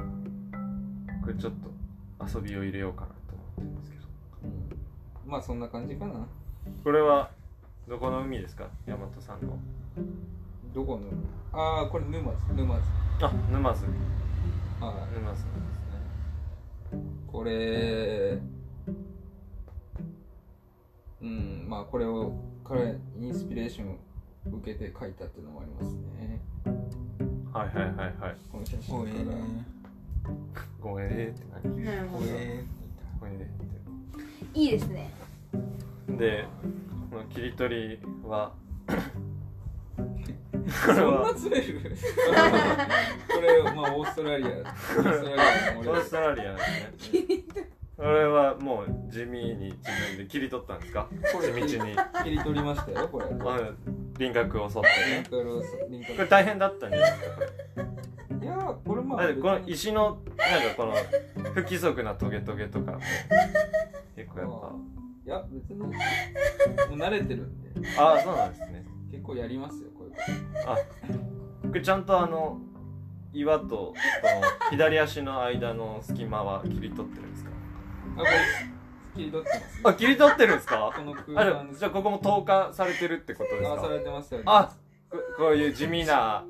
[SPEAKER 1] これちょっと遊びを入れようかなと思ってるんですけど
[SPEAKER 2] うんまあそんな感じかな
[SPEAKER 1] これはどこの海ですか大和さんの
[SPEAKER 2] どこのああこれ沼津沼津
[SPEAKER 1] あ沼津
[SPEAKER 2] は
[SPEAKER 1] 沼津なんですね
[SPEAKER 2] いこれうんまあこれを彼にインスピレーションを受けて描いたっていうのもありますね
[SPEAKER 1] はいはいはいはい
[SPEAKER 2] この写真
[SPEAKER 4] お
[SPEAKER 2] か
[SPEAKER 4] え
[SPEAKER 2] ら
[SPEAKER 1] ごめんねって何
[SPEAKER 3] なるほ
[SPEAKER 4] お
[SPEAKER 3] ど
[SPEAKER 4] え
[SPEAKER 1] ごめんねって
[SPEAKER 3] いいですね
[SPEAKER 1] で、この切り取りはこれ
[SPEAKER 2] そんな
[SPEAKER 1] は
[SPEAKER 2] ずれ るこれ、まあ、オーストラリア。オーストラリア
[SPEAKER 1] オ
[SPEAKER 2] の俺
[SPEAKER 1] ーストラリアですねこれはもう地味に自分で切り取ったんですか
[SPEAKER 2] こ
[SPEAKER 1] 地
[SPEAKER 2] れ
[SPEAKER 1] 道に
[SPEAKER 2] 切り取りましたよ、これ。リン
[SPEAKER 1] あ輪郭を沿ってね
[SPEAKER 2] カルをリンカル
[SPEAKER 1] これ大変だったんじゃないですか
[SPEAKER 2] いやー、これまあ
[SPEAKER 1] だっ、てこの
[SPEAKER 2] 別に
[SPEAKER 1] 石のなんかこの不規則なトゲトゲとかも結構やっ
[SPEAKER 2] いや、別に、もう慣れてるんで、
[SPEAKER 1] ぱああそうなんですね
[SPEAKER 2] 結構やりますよ、こういうこ
[SPEAKER 1] あこれちゃんとあの岩とこの左足の間の隙間は切り取ってるんですか
[SPEAKER 2] と。あ、これ、切り取ってます、ね。
[SPEAKER 1] あ切り取ってるんですか
[SPEAKER 2] この空
[SPEAKER 1] あれ
[SPEAKER 2] 間
[SPEAKER 1] じゃあここも投下されてるってことです
[SPEAKER 2] あ、さ
[SPEAKER 1] か
[SPEAKER 2] れてますよね。
[SPEAKER 1] あここういう地味な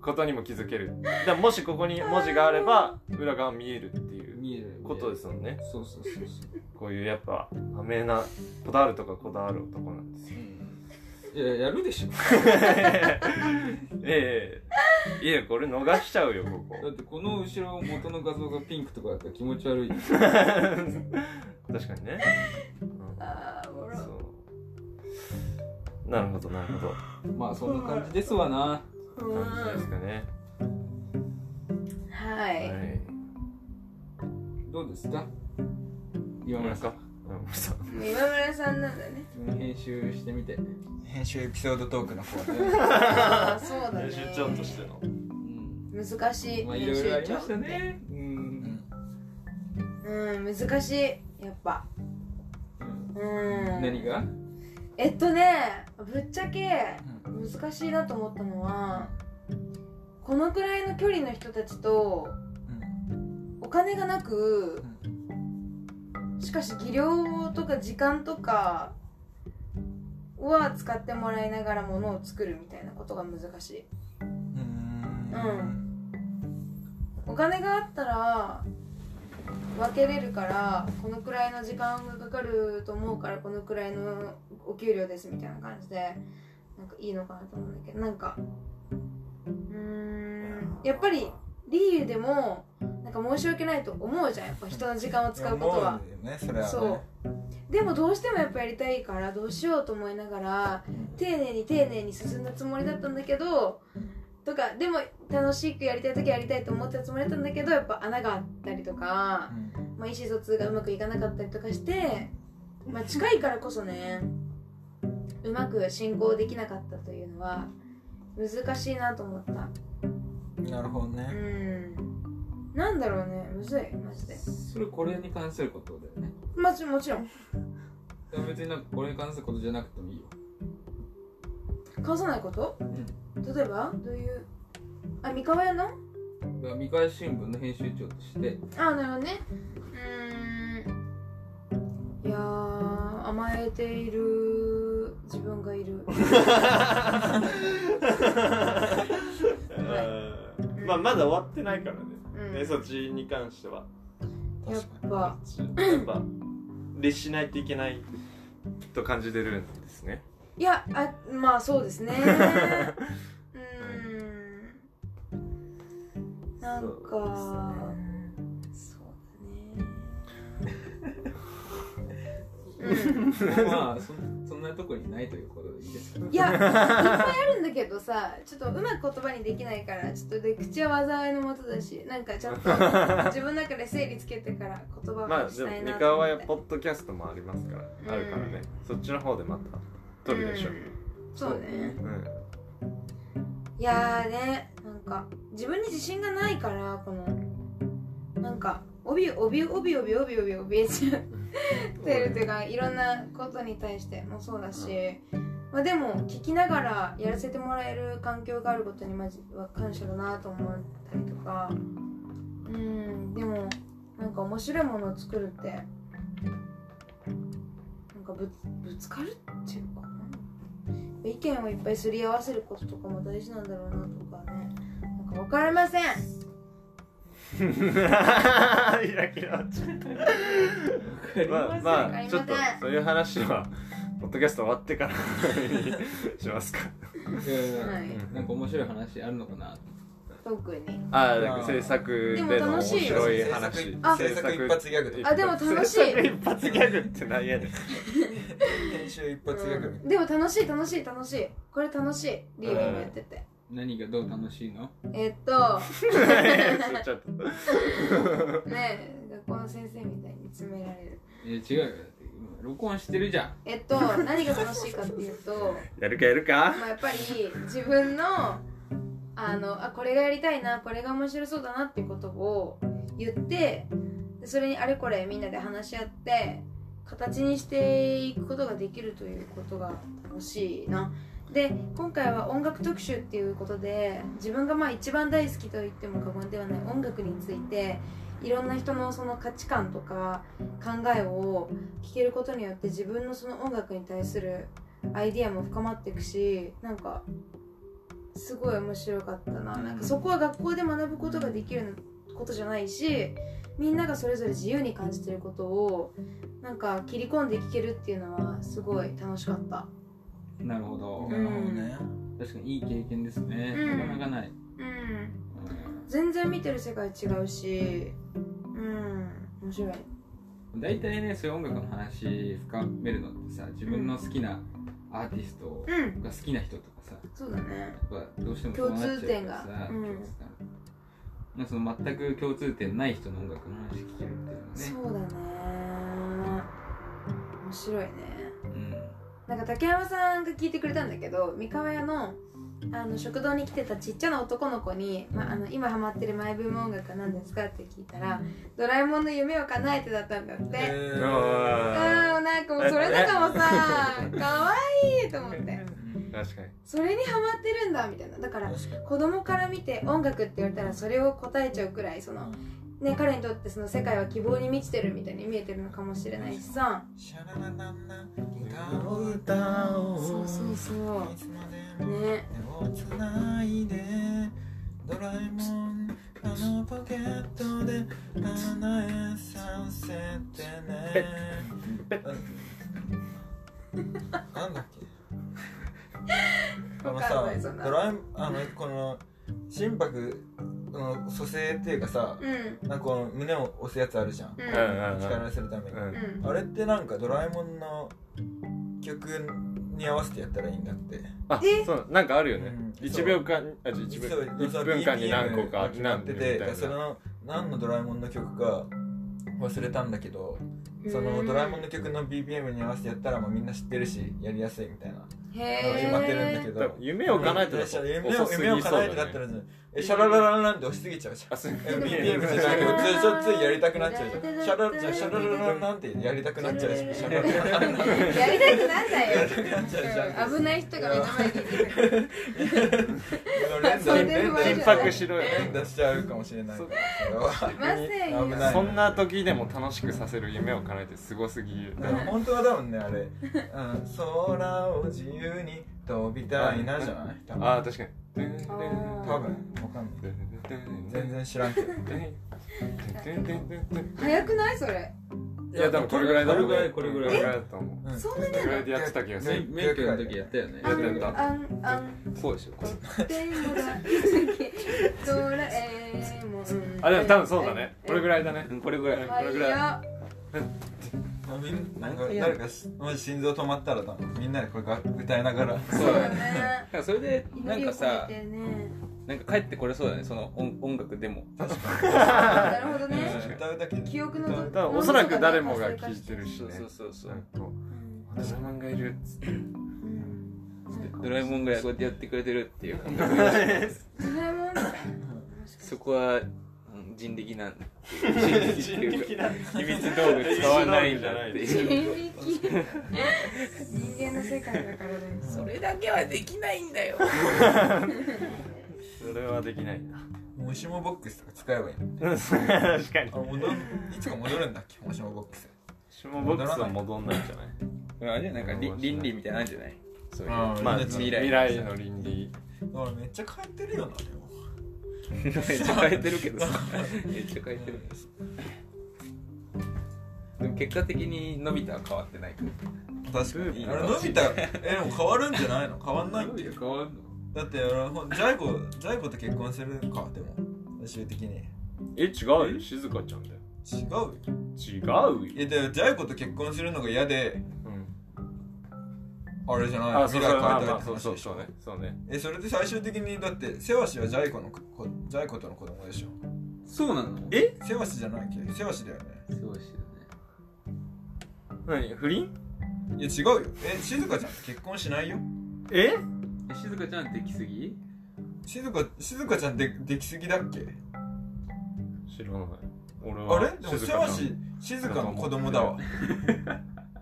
[SPEAKER 1] ことにも気づけるだからもしここに文字があれば裏側見えるっていう
[SPEAKER 2] 見える
[SPEAKER 1] ことですもんね
[SPEAKER 2] そうそうそうそ
[SPEAKER 1] こういうやっぱアメなこだわるとかこだわる男なん ですよ
[SPEAKER 2] ういややるでしょ
[SPEAKER 1] ええいやこれ逃しちゃうよこ
[SPEAKER 2] だ
[SPEAKER 1] こ
[SPEAKER 2] っ てこの後ろ元の画像がピンクとかだったら気持ち悪いです
[SPEAKER 1] 確かにね、うん
[SPEAKER 3] あーおもろ
[SPEAKER 1] そうなるほどなるほど
[SPEAKER 2] まあそんな感じですわな
[SPEAKER 3] うん
[SPEAKER 1] 感じですかね、
[SPEAKER 3] は
[SPEAKER 1] はい
[SPEAKER 3] い
[SPEAKER 2] どうですか
[SPEAKER 1] ど
[SPEAKER 2] 岩
[SPEAKER 1] うで
[SPEAKER 2] 村
[SPEAKER 1] す
[SPEAKER 2] さ
[SPEAKER 1] か
[SPEAKER 2] ん
[SPEAKER 3] 今村さんなんだ ね
[SPEAKER 2] 編集してみて
[SPEAKER 4] 編集エピソードトークのコーナー
[SPEAKER 3] ああそうだ ね
[SPEAKER 1] 編集長としての
[SPEAKER 2] うん
[SPEAKER 3] 難しい
[SPEAKER 2] まあいろいろあ
[SPEAKER 3] 編
[SPEAKER 2] り
[SPEAKER 3] 集
[SPEAKER 2] ました
[SPEAKER 3] 長
[SPEAKER 2] ねう
[SPEAKER 4] うんん
[SPEAKER 3] うん難しいやっぱうん
[SPEAKER 2] 何が
[SPEAKER 3] えっとねぶっちゃけ難しいなと思ったのはこのくらいの距離の人たちとお金がなくしかし技量とか時間とかは使ってもらいながらものを作るみたいなことが難しい
[SPEAKER 4] うん
[SPEAKER 3] うんお金があったら分けれるからこのくらいの時間がかかると思うからこのくらいのお給料ですみたいな感じでなんかいいのかなと思うんだけどなんかうーんやっぱり理由でもなんか申し訳ないと思うじゃんやっぱ人の時間を使うことは
[SPEAKER 4] 思。うんだよねそれはね
[SPEAKER 3] そうでもどうしてもやっぱやりたいからどうしようと思いながら丁寧に丁寧に進んだつもりだったんだけどとかでも楽しくやりたい時はやりたいと思ったつもりだったんだけどやっぱ穴があったりとか、
[SPEAKER 4] うん
[SPEAKER 3] まあ、意思疎通がうまくいかなかったりとかして、まあ、近いからこそねうまく進行できなかったというのは難しいなと思った
[SPEAKER 4] なるほど
[SPEAKER 3] う
[SPEAKER 4] ね
[SPEAKER 3] んなんだろうねむずいマジで
[SPEAKER 2] それこれに関することだよね
[SPEAKER 3] まあもちろん
[SPEAKER 2] いや別になんかこれに関することじゃなくてもいいよ
[SPEAKER 3] 返さないこと、例えばどういうあ三河屋の
[SPEAKER 2] だから見返し新聞の編集長と して
[SPEAKER 3] あなるほどねうーんいやー甘えている自分がいる
[SPEAKER 1] うんまあまだ終わってないからね、
[SPEAKER 3] うん
[SPEAKER 1] ねそっちに関しては
[SPEAKER 3] や
[SPEAKER 4] 確か
[SPEAKER 3] っぱ
[SPEAKER 1] そっちやっぱ律しないといけないと感じてるんですね
[SPEAKER 3] いやあまあそう ですねうーんなんかそうだねうん
[SPEAKER 2] まあそそんなとこにないということでいいですか
[SPEAKER 3] いや、いっぱいあるんだけどさ、ちょっとうまく言葉にできないから、ちょっとで口は災いのもとだし、なんかちゃんと自分の中で整理つけてから言葉を
[SPEAKER 1] まあで
[SPEAKER 3] 発し
[SPEAKER 1] も
[SPEAKER 3] たい
[SPEAKER 1] 三
[SPEAKER 3] なと
[SPEAKER 1] 河
[SPEAKER 3] 思
[SPEAKER 1] 屋
[SPEAKER 3] って。
[SPEAKER 1] ポッドキャストもありますから、
[SPEAKER 3] うん
[SPEAKER 1] あるからねそっちの方でまた撮るでしょう、
[SPEAKER 3] うんそうね。
[SPEAKER 1] うん
[SPEAKER 3] いやーね、なんか自分に自信がないから、この、なんか、帯を、帯を、帯を、帯を、帯を、帯を、帯を、ちゃってるというか、いろんなことに対してもそうだし、まあでも、聞きながらやらせてもらえる環境があることにマジは感謝だなと思ったりとか、うん、でも、なんか面白いものを作るって、なんかぶぶつかるっていうか、意見をいっぱいすり合わせることとかも大事なんだろうなとかねなんか分かりません
[SPEAKER 1] いや嫌わっちゃったまあま
[SPEAKER 3] わかりませ
[SPEAKER 1] あ
[SPEAKER 3] ん
[SPEAKER 1] ちょっとそういう話はポッドキャスト終わってからにしますか
[SPEAKER 2] いやいや
[SPEAKER 3] はいい
[SPEAKER 2] やなんか面白い話あるのかな
[SPEAKER 3] 特に
[SPEAKER 1] ああなんか制作での面白い話
[SPEAKER 3] あ
[SPEAKER 4] 制作一発ギャグと
[SPEAKER 3] あでも楽しい
[SPEAKER 1] 制作一発ギャグって何やねん
[SPEAKER 4] 編集一発ギャグ
[SPEAKER 3] うんでも楽しい楽しい楽しいこれ楽しいリーは今やってて
[SPEAKER 2] 何がどう楽しいの
[SPEAKER 3] えーっと
[SPEAKER 1] そっちゃった
[SPEAKER 3] ねえ学校の先生みたいに詰められる
[SPEAKER 2] いや違うよだって今録音してるじゃん
[SPEAKER 3] えっと何が楽しいかっていうと
[SPEAKER 1] やるかやるか
[SPEAKER 3] まあ、やっぱり自分のあのあこれがやりたいなこれが面白そうだなっていうことを言ってでそれにあれこれみんなで話し合って形にしていくことができるということが楽しいな。で今回は音楽特集っていうことで自分がまあ一番大好きと言っても過言ではない音楽についていろんな人のその価値観とか考えを聞けることによって自分のその音楽に対するアイディアも深まっていくしなんかすごい面白かったななんかそこは学校で学ぶことができることじゃないしみんながそれぞれ自由に感じてることをなんか切り込んで聞けるっていうのはすごい楽しかった。
[SPEAKER 2] なるほど
[SPEAKER 3] う。
[SPEAKER 4] なるほどね
[SPEAKER 2] 確かにいい経験ですね。
[SPEAKER 3] うん
[SPEAKER 2] なかなかない。
[SPEAKER 3] うん、全然見てる世界違うしうん面白い。
[SPEAKER 2] 大体ね、そういう音楽の話深めるのってさ、自分の好きなアーティスト
[SPEAKER 3] うん
[SPEAKER 2] が好きな人とかさ、
[SPEAKER 3] そうだね。
[SPEAKER 2] やっぱどうしてもそうなっちゃうからさ
[SPEAKER 3] 共通点がう
[SPEAKER 2] 共
[SPEAKER 3] ん
[SPEAKER 2] 通点あるなんかその全く共通点ない人の音楽の話聞けるっていうのはね
[SPEAKER 3] そうだね面白いね
[SPEAKER 2] うん
[SPEAKER 3] なんか竹山さんが聞いてくれたんだけど三河屋のあの食堂に来てたちっちゃな男の子に「ま、あの今ハマってるマイブーム音楽は何ですか?」って聞いたら「ドラえもんの夢を叶えて」だったんだって。
[SPEAKER 4] え
[SPEAKER 1] う
[SPEAKER 4] ー
[SPEAKER 3] うん
[SPEAKER 1] ん
[SPEAKER 3] なんかもうそれとかもさ可愛いと思って
[SPEAKER 1] 確かに
[SPEAKER 3] それにハマってるんだみたいなだから
[SPEAKER 4] 確か
[SPEAKER 3] 子供から見て音楽って言われたらそれを答えちゃうくらいその、ね、彼にとってその世界は希望に満ちてるみたいに見えてるのかもしれないしさ
[SPEAKER 4] にシャララララ歌を歌おう
[SPEAKER 3] そうそう
[SPEAKER 4] い
[SPEAKER 3] そ
[SPEAKER 4] つまで
[SPEAKER 3] う
[SPEAKER 4] も
[SPEAKER 3] ね
[SPEAKER 4] 手をつないでドラえもんあのポケットで叶えさせてねあなんだっけあの
[SPEAKER 3] わかん
[SPEAKER 4] さ
[SPEAKER 3] ないそんな
[SPEAKER 4] ドラえもんあのこの心拍の蘇生っていうかさ
[SPEAKER 3] うんうん
[SPEAKER 4] なんかこの胸を押すやつあるじゃん
[SPEAKER 3] う
[SPEAKER 1] うん
[SPEAKER 3] ん
[SPEAKER 1] うん
[SPEAKER 4] 力を寄せるために
[SPEAKER 1] うんうん
[SPEAKER 4] あれってなんかドラえもんの曲に合わせてやったらいいんだって
[SPEAKER 1] あ
[SPEAKER 3] え
[SPEAKER 1] そうなんかあるよね
[SPEAKER 4] うん
[SPEAKER 1] 1秒間あじゃあ1
[SPEAKER 4] そう
[SPEAKER 1] 秒1分間に何個か
[SPEAKER 4] 決ま
[SPEAKER 1] 何
[SPEAKER 4] っ
[SPEAKER 1] 個
[SPEAKER 4] て
[SPEAKER 1] みたい
[SPEAKER 4] て
[SPEAKER 1] な
[SPEAKER 4] その何のドラえもんの曲か忘れたんだけどそのドラえもんの曲の BPM に合わせてやったらもうみんな知ってるしやりやすいみたいな
[SPEAKER 3] へ
[SPEAKER 4] のが決まってるんだ
[SPEAKER 3] え
[SPEAKER 4] け
[SPEAKER 1] 多分
[SPEAKER 4] ど
[SPEAKER 1] 夢を叶えてだと
[SPEAKER 4] 夢
[SPEAKER 1] 遅
[SPEAKER 4] を
[SPEAKER 1] すぎ
[SPEAKER 4] 夢を
[SPEAKER 1] そうだ
[SPEAKER 4] 叶え
[SPEAKER 1] よ
[SPEAKER 4] てだった
[SPEAKER 1] ね
[SPEAKER 4] らじゃんえシャララララランって押しすぎちゃうじ ゃん
[SPEAKER 1] あそう
[SPEAKER 4] BPM じゃないけどついついついやりたくなっちゃうじゃんシャラじゃあシャララララランってやりたくなっちゃうしシャラララララン って
[SPEAKER 3] やりたくなんだ
[SPEAKER 4] や
[SPEAKER 3] よ
[SPEAKER 4] りたくなっちゃうじゃん
[SPEAKER 3] うん危ない人が目の前にいてくる
[SPEAKER 4] 連打
[SPEAKER 3] そういう場合じゃ
[SPEAKER 1] 緊
[SPEAKER 3] ない
[SPEAKER 1] 迫しろよ
[SPEAKER 4] 連打しちゃうかもしれないからそれは
[SPEAKER 3] ませんよ
[SPEAKER 4] 危ない
[SPEAKER 1] そんな時でも楽しくさせる夢を叶えてすごすぎる
[SPEAKER 4] だから本当は多分ねあれ、うん、空を自由に飛びたいなじゃない多分
[SPEAKER 1] あー確かに
[SPEAKER 4] 多分わかんない全然知らんけど
[SPEAKER 3] 早くないそれ
[SPEAKER 1] いや多分これぐらいだと思う
[SPEAKER 2] これぐらい
[SPEAKER 1] これ
[SPEAKER 2] これぐらい
[SPEAKER 1] ぐらいだと思う
[SPEAKER 4] うん
[SPEAKER 3] そんなに
[SPEAKER 1] これぐらいでやってた気がす
[SPEAKER 2] め
[SPEAKER 1] る
[SPEAKER 2] 免許の時やったよね
[SPEAKER 1] やったやった
[SPEAKER 3] あんあん
[SPEAKER 1] こうでしょこう
[SPEAKER 3] でもだドラえもん
[SPEAKER 1] あでも多分そうだねこれぐ
[SPEAKER 3] い
[SPEAKER 1] らいだねこれぐらいこれぐらい
[SPEAKER 3] い
[SPEAKER 4] みんなんか誰かしもし心臓止まったら多分みんなでこれが歌いながら
[SPEAKER 3] そうだ
[SPEAKER 2] だ
[SPEAKER 3] ね
[SPEAKER 2] からそれでなんかさ
[SPEAKER 3] 祈りを込めてね
[SPEAKER 2] なんか帰ってこれそうだねその音音楽でも
[SPEAKER 3] なるほどね
[SPEAKER 4] 歌うだけ
[SPEAKER 3] 記憶の
[SPEAKER 1] 多分おそらく誰もが聞いてるし
[SPEAKER 6] そう
[SPEAKER 1] ね
[SPEAKER 6] そうそうそう
[SPEAKER 1] なんかこうドラマンがいるっつって
[SPEAKER 2] ドラえもんがこうやってやってくれてるっていう感じ
[SPEAKER 3] ドラえもんみたいな
[SPEAKER 2] そこはうん人力なん人力っていうか秘密道具使わないんだっていう
[SPEAKER 3] 人力人間の世界だからね
[SPEAKER 6] それだけはできないんだよ
[SPEAKER 1] それはできないな
[SPEAKER 4] もしもボックスとか使えばいい の
[SPEAKER 1] 確かに
[SPEAKER 4] あ戻るいつか戻るんだっけもしもボックス
[SPEAKER 1] 下ボックスは戻んないんじゃない
[SPEAKER 2] あれじゃなんかり倫理みたいなのあるんじゃない
[SPEAKER 1] そういう
[SPEAKER 4] あー
[SPEAKER 1] まあ
[SPEAKER 4] 未
[SPEAKER 1] 未
[SPEAKER 2] 来
[SPEAKER 1] 来の倫理
[SPEAKER 4] あめっちゃ変えてるよなでも
[SPEAKER 2] めっちゃ変えてるけどさめっちゃ変えてるでも結果的にのび太は変わってないから
[SPEAKER 4] 確かにあれ伸びたえでも変わるんじゃないの変わんないって
[SPEAKER 2] 変わんの
[SPEAKER 4] だって俺ほんジャイコジャイコと結婚するかでも最終的に
[SPEAKER 1] え違うよ静香ちゃんだよ
[SPEAKER 4] 違うよ
[SPEAKER 1] 違うよ
[SPEAKER 4] えだよジャイコと結婚するのが嫌で
[SPEAKER 1] うん
[SPEAKER 4] あれじゃない
[SPEAKER 1] あそう
[SPEAKER 4] 未
[SPEAKER 1] そう
[SPEAKER 4] 来変えたい
[SPEAKER 1] ま
[SPEAKER 4] っ
[SPEAKER 1] あ
[SPEAKER 4] て
[SPEAKER 1] そう
[SPEAKER 4] 話
[SPEAKER 1] そう
[SPEAKER 4] でし
[SPEAKER 1] そう
[SPEAKER 4] ょ
[SPEAKER 1] ねそうね
[SPEAKER 4] えそれで最終的にだってセワシはジャイコの子ジャイコとの子供でしょ
[SPEAKER 2] そうなの
[SPEAKER 1] え
[SPEAKER 4] セワシじゃないっけセワシだよね
[SPEAKER 2] すごいし
[SPEAKER 1] 何不倫
[SPEAKER 4] いや違うよえ静香ちゃんと結婚しないよ
[SPEAKER 1] え
[SPEAKER 2] だね静香ちゃんできすぎ
[SPEAKER 4] 静香静香ちゃんでできすぎだっけ
[SPEAKER 1] 知らない俺
[SPEAKER 4] あ
[SPEAKER 1] は
[SPEAKER 4] れでもセワシ静香の子供だわ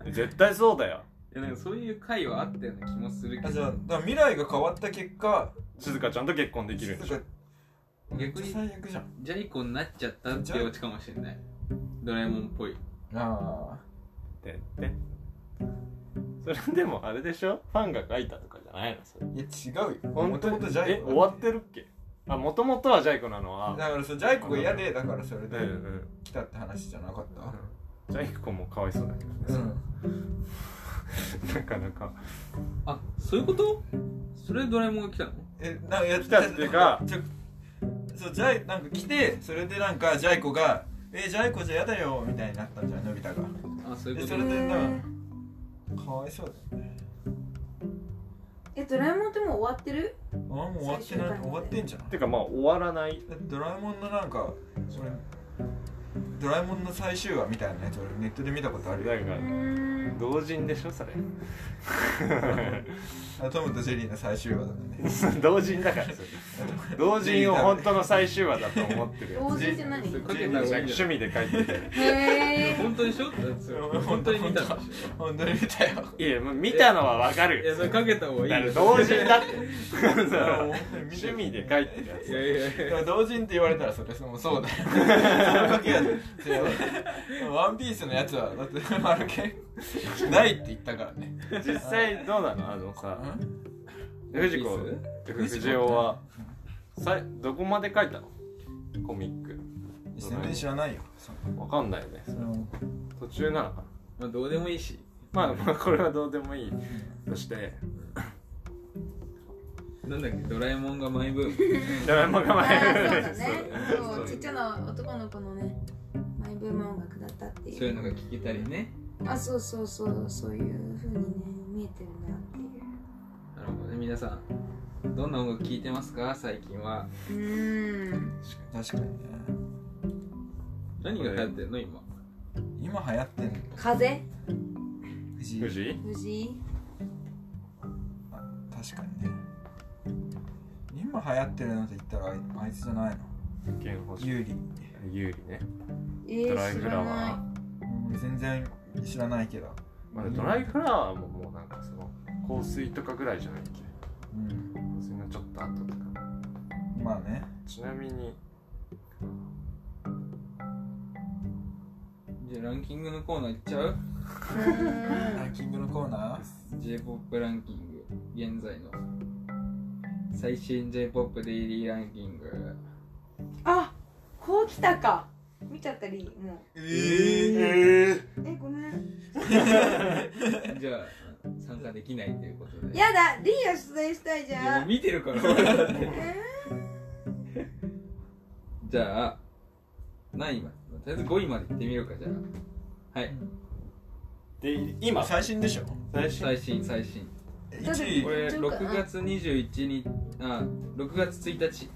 [SPEAKER 1] 絶対そうだよ
[SPEAKER 2] いやなんかそういう回はあったような気もするけ
[SPEAKER 4] あ
[SPEAKER 2] ど
[SPEAKER 4] じゃあだから未来が変わった結果
[SPEAKER 1] 静香ちゃんと結婚できるんでしょ
[SPEAKER 4] 静香
[SPEAKER 2] 逆に
[SPEAKER 4] 最悪じゃん
[SPEAKER 2] ジャイコになっちゃったっていうオチかもしれないドラえもんっぽい
[SPEAKER 4] あ
[SPEAKER 1] ででそれでもあれでしょファンが書いたとかじゃないのそれ
[SPEAKER 4] あいや違うよも
[SPEAKER 1] 本当
[SPEAKER 4] と
[SPEAKER 1] に
[SPEAKER 4] もとジャイ
[SPEAKER 1] え終わってるっけあもともとはジャイコなのは
[SPEAKER 4] だからそれジャイコが嫌でだからそ
[SPEAKER 1] う
[SPEAKER 4] れ
[SPEAKER 1] んう
[SPEAKER 4] で
[SPEAKER 1] ん
[SPEAKER 4] 来たって話じゃなかった
[SPEAKER 1] ジャイコもかわいそうだけど
[SPEAKER 4] う
[SPEAKER 1] ね、
[SPEAKER 4] ん
[SPEAKER 1] なかなか
[SPEAKER 2] あそういうことそれでドラえもんが来たの
[SPEAKER 4] えなんかやっ
[SPEAKER 1] 来たっていうか
[SPEAKER 4] ちょそうジャイなんか来てそれでなんかジャイコが「えジャイコじゃ嫌だよ」みたいになったんじゃんのび太が
[SPEAKER 2] あそういう
[SPEAKER 4] え
[SPEAKER 2] こ
[SPEAKER 4] そ
[SPEAKER 2] と
[SPEAKER 4] れで
[SPEAKER 3] へ
[SPEAKER 4] な
[SPEAKER 3] ー
[SPEAKER 4] かわいそうだよね
[SPEAKER 3] えドラえもんってもう終わってる
[SPEAKER 4] あもう終わってない終わってんじゃん
[SPEAKER 1] ていうかまあ終わらない
[SPEAKER 4] だってドラえもんのなんかそれドラえもんの最終話みたいなやつ俺ネットで見たこと
[SPEAKER 1] な
[SPEAKER 4] あ
[SPEAKER 1] ん
[SPEAKER 4] る
[SPEAKER 1] か
[SPEAKER 4] よ
[SPEAKER 3] うーん
[SPEAKER 1] 同人でしょそれ
[SPEAKER 4] あトムとジェリーの最終話だね
[SPEAKER 1] 同人だからそれ同人を本当の最終話だと思ってるや
[SPEAKER 3] 同
[SPEAKER 1] つ
[SPEAKER 3] 時って何
[SPEAKER 2] かけた方がいいん
[SPEAKER 1] 趣
[SPEAKER 2] じゃない
[SPEAKER 1] 味で書いてて
[SPEAKER 3] へー
[SPEAKER 2] 本当でしょだってそれ本当に見たんでし
[SPEAKER 4] 本当に見たよ
[SPEAKER 1] いやもう見たのはわか
[SPEAKER 2] ょ
[SPEAKER 1] る
[SPEAKER 2] いや
[SPEAKER 1] よ
[SPEAKER 2] それかけた方がいい
[SPEAKER 1] だから
[SPEAKER 2] よ
[SPEAKER 1] 同人だって
[SPEAKER 4] あ
[SPEAKER 1] 趣味で書いてるや
[SPEAKER 2] いやいやいや
[SPEAKER 4] でも同人って言われたらそれそうそうだよその時はそうワンピースのやつはだって丸けないって言ったからね
[SPEAKER 1] つ実際どうなのあのさ藤子藤尾はさどこまで書いたのコミック
[SPEAKER 4] 全然知らないよその
[SPEAKER 1] わかんないよね途中なのかな
[SPEAKER 2] まあどうでもいいし
[SPEAKER 1] まあまあこれはどうでもいいそして
[SPEAKER 2] なんだっけドラえもんがマイブーム
[SPEAKER 1] ドラえもんが
[SPEAKER 3] あ
[SPEAKER 1] 前
[SPEAKER 3] ーそうだ
[SPEAKER 1] そう
[SPEAKER 3] ねそうちっちゃな男の子のねマイブーム音楽だったって
[SPEAKER 2] そうい
[SPEAKER 3] いうう
[SPEAKER 2] のが聞けたりね
[SPEAKER 3] あそうそうそうそういう風にね見えてるなっ
[SPEAKER 2] なるほどね皆さんどんな音楽聴いてますか最近は
[SPEAKER 3] ていううーん
[SPEAKER 4] 確かにね
[SPEAKER 2] 何が流行ってるの今
[SPEAKER 4] 今流行ってんの
[SPEAKER 3] 風
[SPEAKER 4] 藤井
[SPEAKER 1] 藤井
[SPEAKER 3] 藤井
[SPEAKER 4] 確かにね今流行ってるのって言ったらあいつじゃないの
[SPEAKER 1] 健保
[SPEAKER 4] 有利
[SPEAKER 1] 有利ね
[SPEAKER 3] え
[SPEAKER 1] ド
[SPEAKER 3] ー、
[SPEAKER 1] ライ
[SPEAKER 3] 知
[SPEAKER 1] フラ
[SPEAKER 3] ら
[SPEAKER 1] ワ
[SPEAKER 3] ない
[SPEAKER 1] ー
[SPEAKER 4] 俺全然知らないけど
[SPEAKER 1] まあドライフラワーももうなんかその香水とかぐらいじゃないっけ
[SPEAKER 4] うん
[SPEAKER 1] 香水のちょっと後とか
[SPEAKER 4] まあね
[SPEAKER 1] ちなみに
[SPEAKER 2] じゃあランキングのコーナーいっちゃう
[SPEAKER 4] ランキングのコーナ
[SPEAKER 2] j p o p ランキング現在の最新 j p o p デイリーランキング
[SPEAKER 3] あこう来たか見ちゃったりも
[SPEAKER 4] ーええ
[SPEAKER 3] うえごめん
[SPEAKER 2] じゃあ参加できないということで
[SPEAKER 3] やだリーが出題したい
[SPEAKER 2] い
[SPEAKER 3] じ
[SPEAKER 2] やも
[SPEAKER 3] ゃ
[SPEAKER 2] うん見てる から俺
[SPEAKER 3] え
[SPEAKER 2] じゃあ何位までとりあえず5位まで行ってみようかじゃあはい
[SPEAKER 1] で今
[SPEAKER 4] 最新でしょ
[SPEAKER 1] 最新
[SPEAKER 2] 最新最新
[SPEAKER 3] だって
[SPEAKER 4] 1位
[SPEAKER 2] これ6月21日あ6月1日、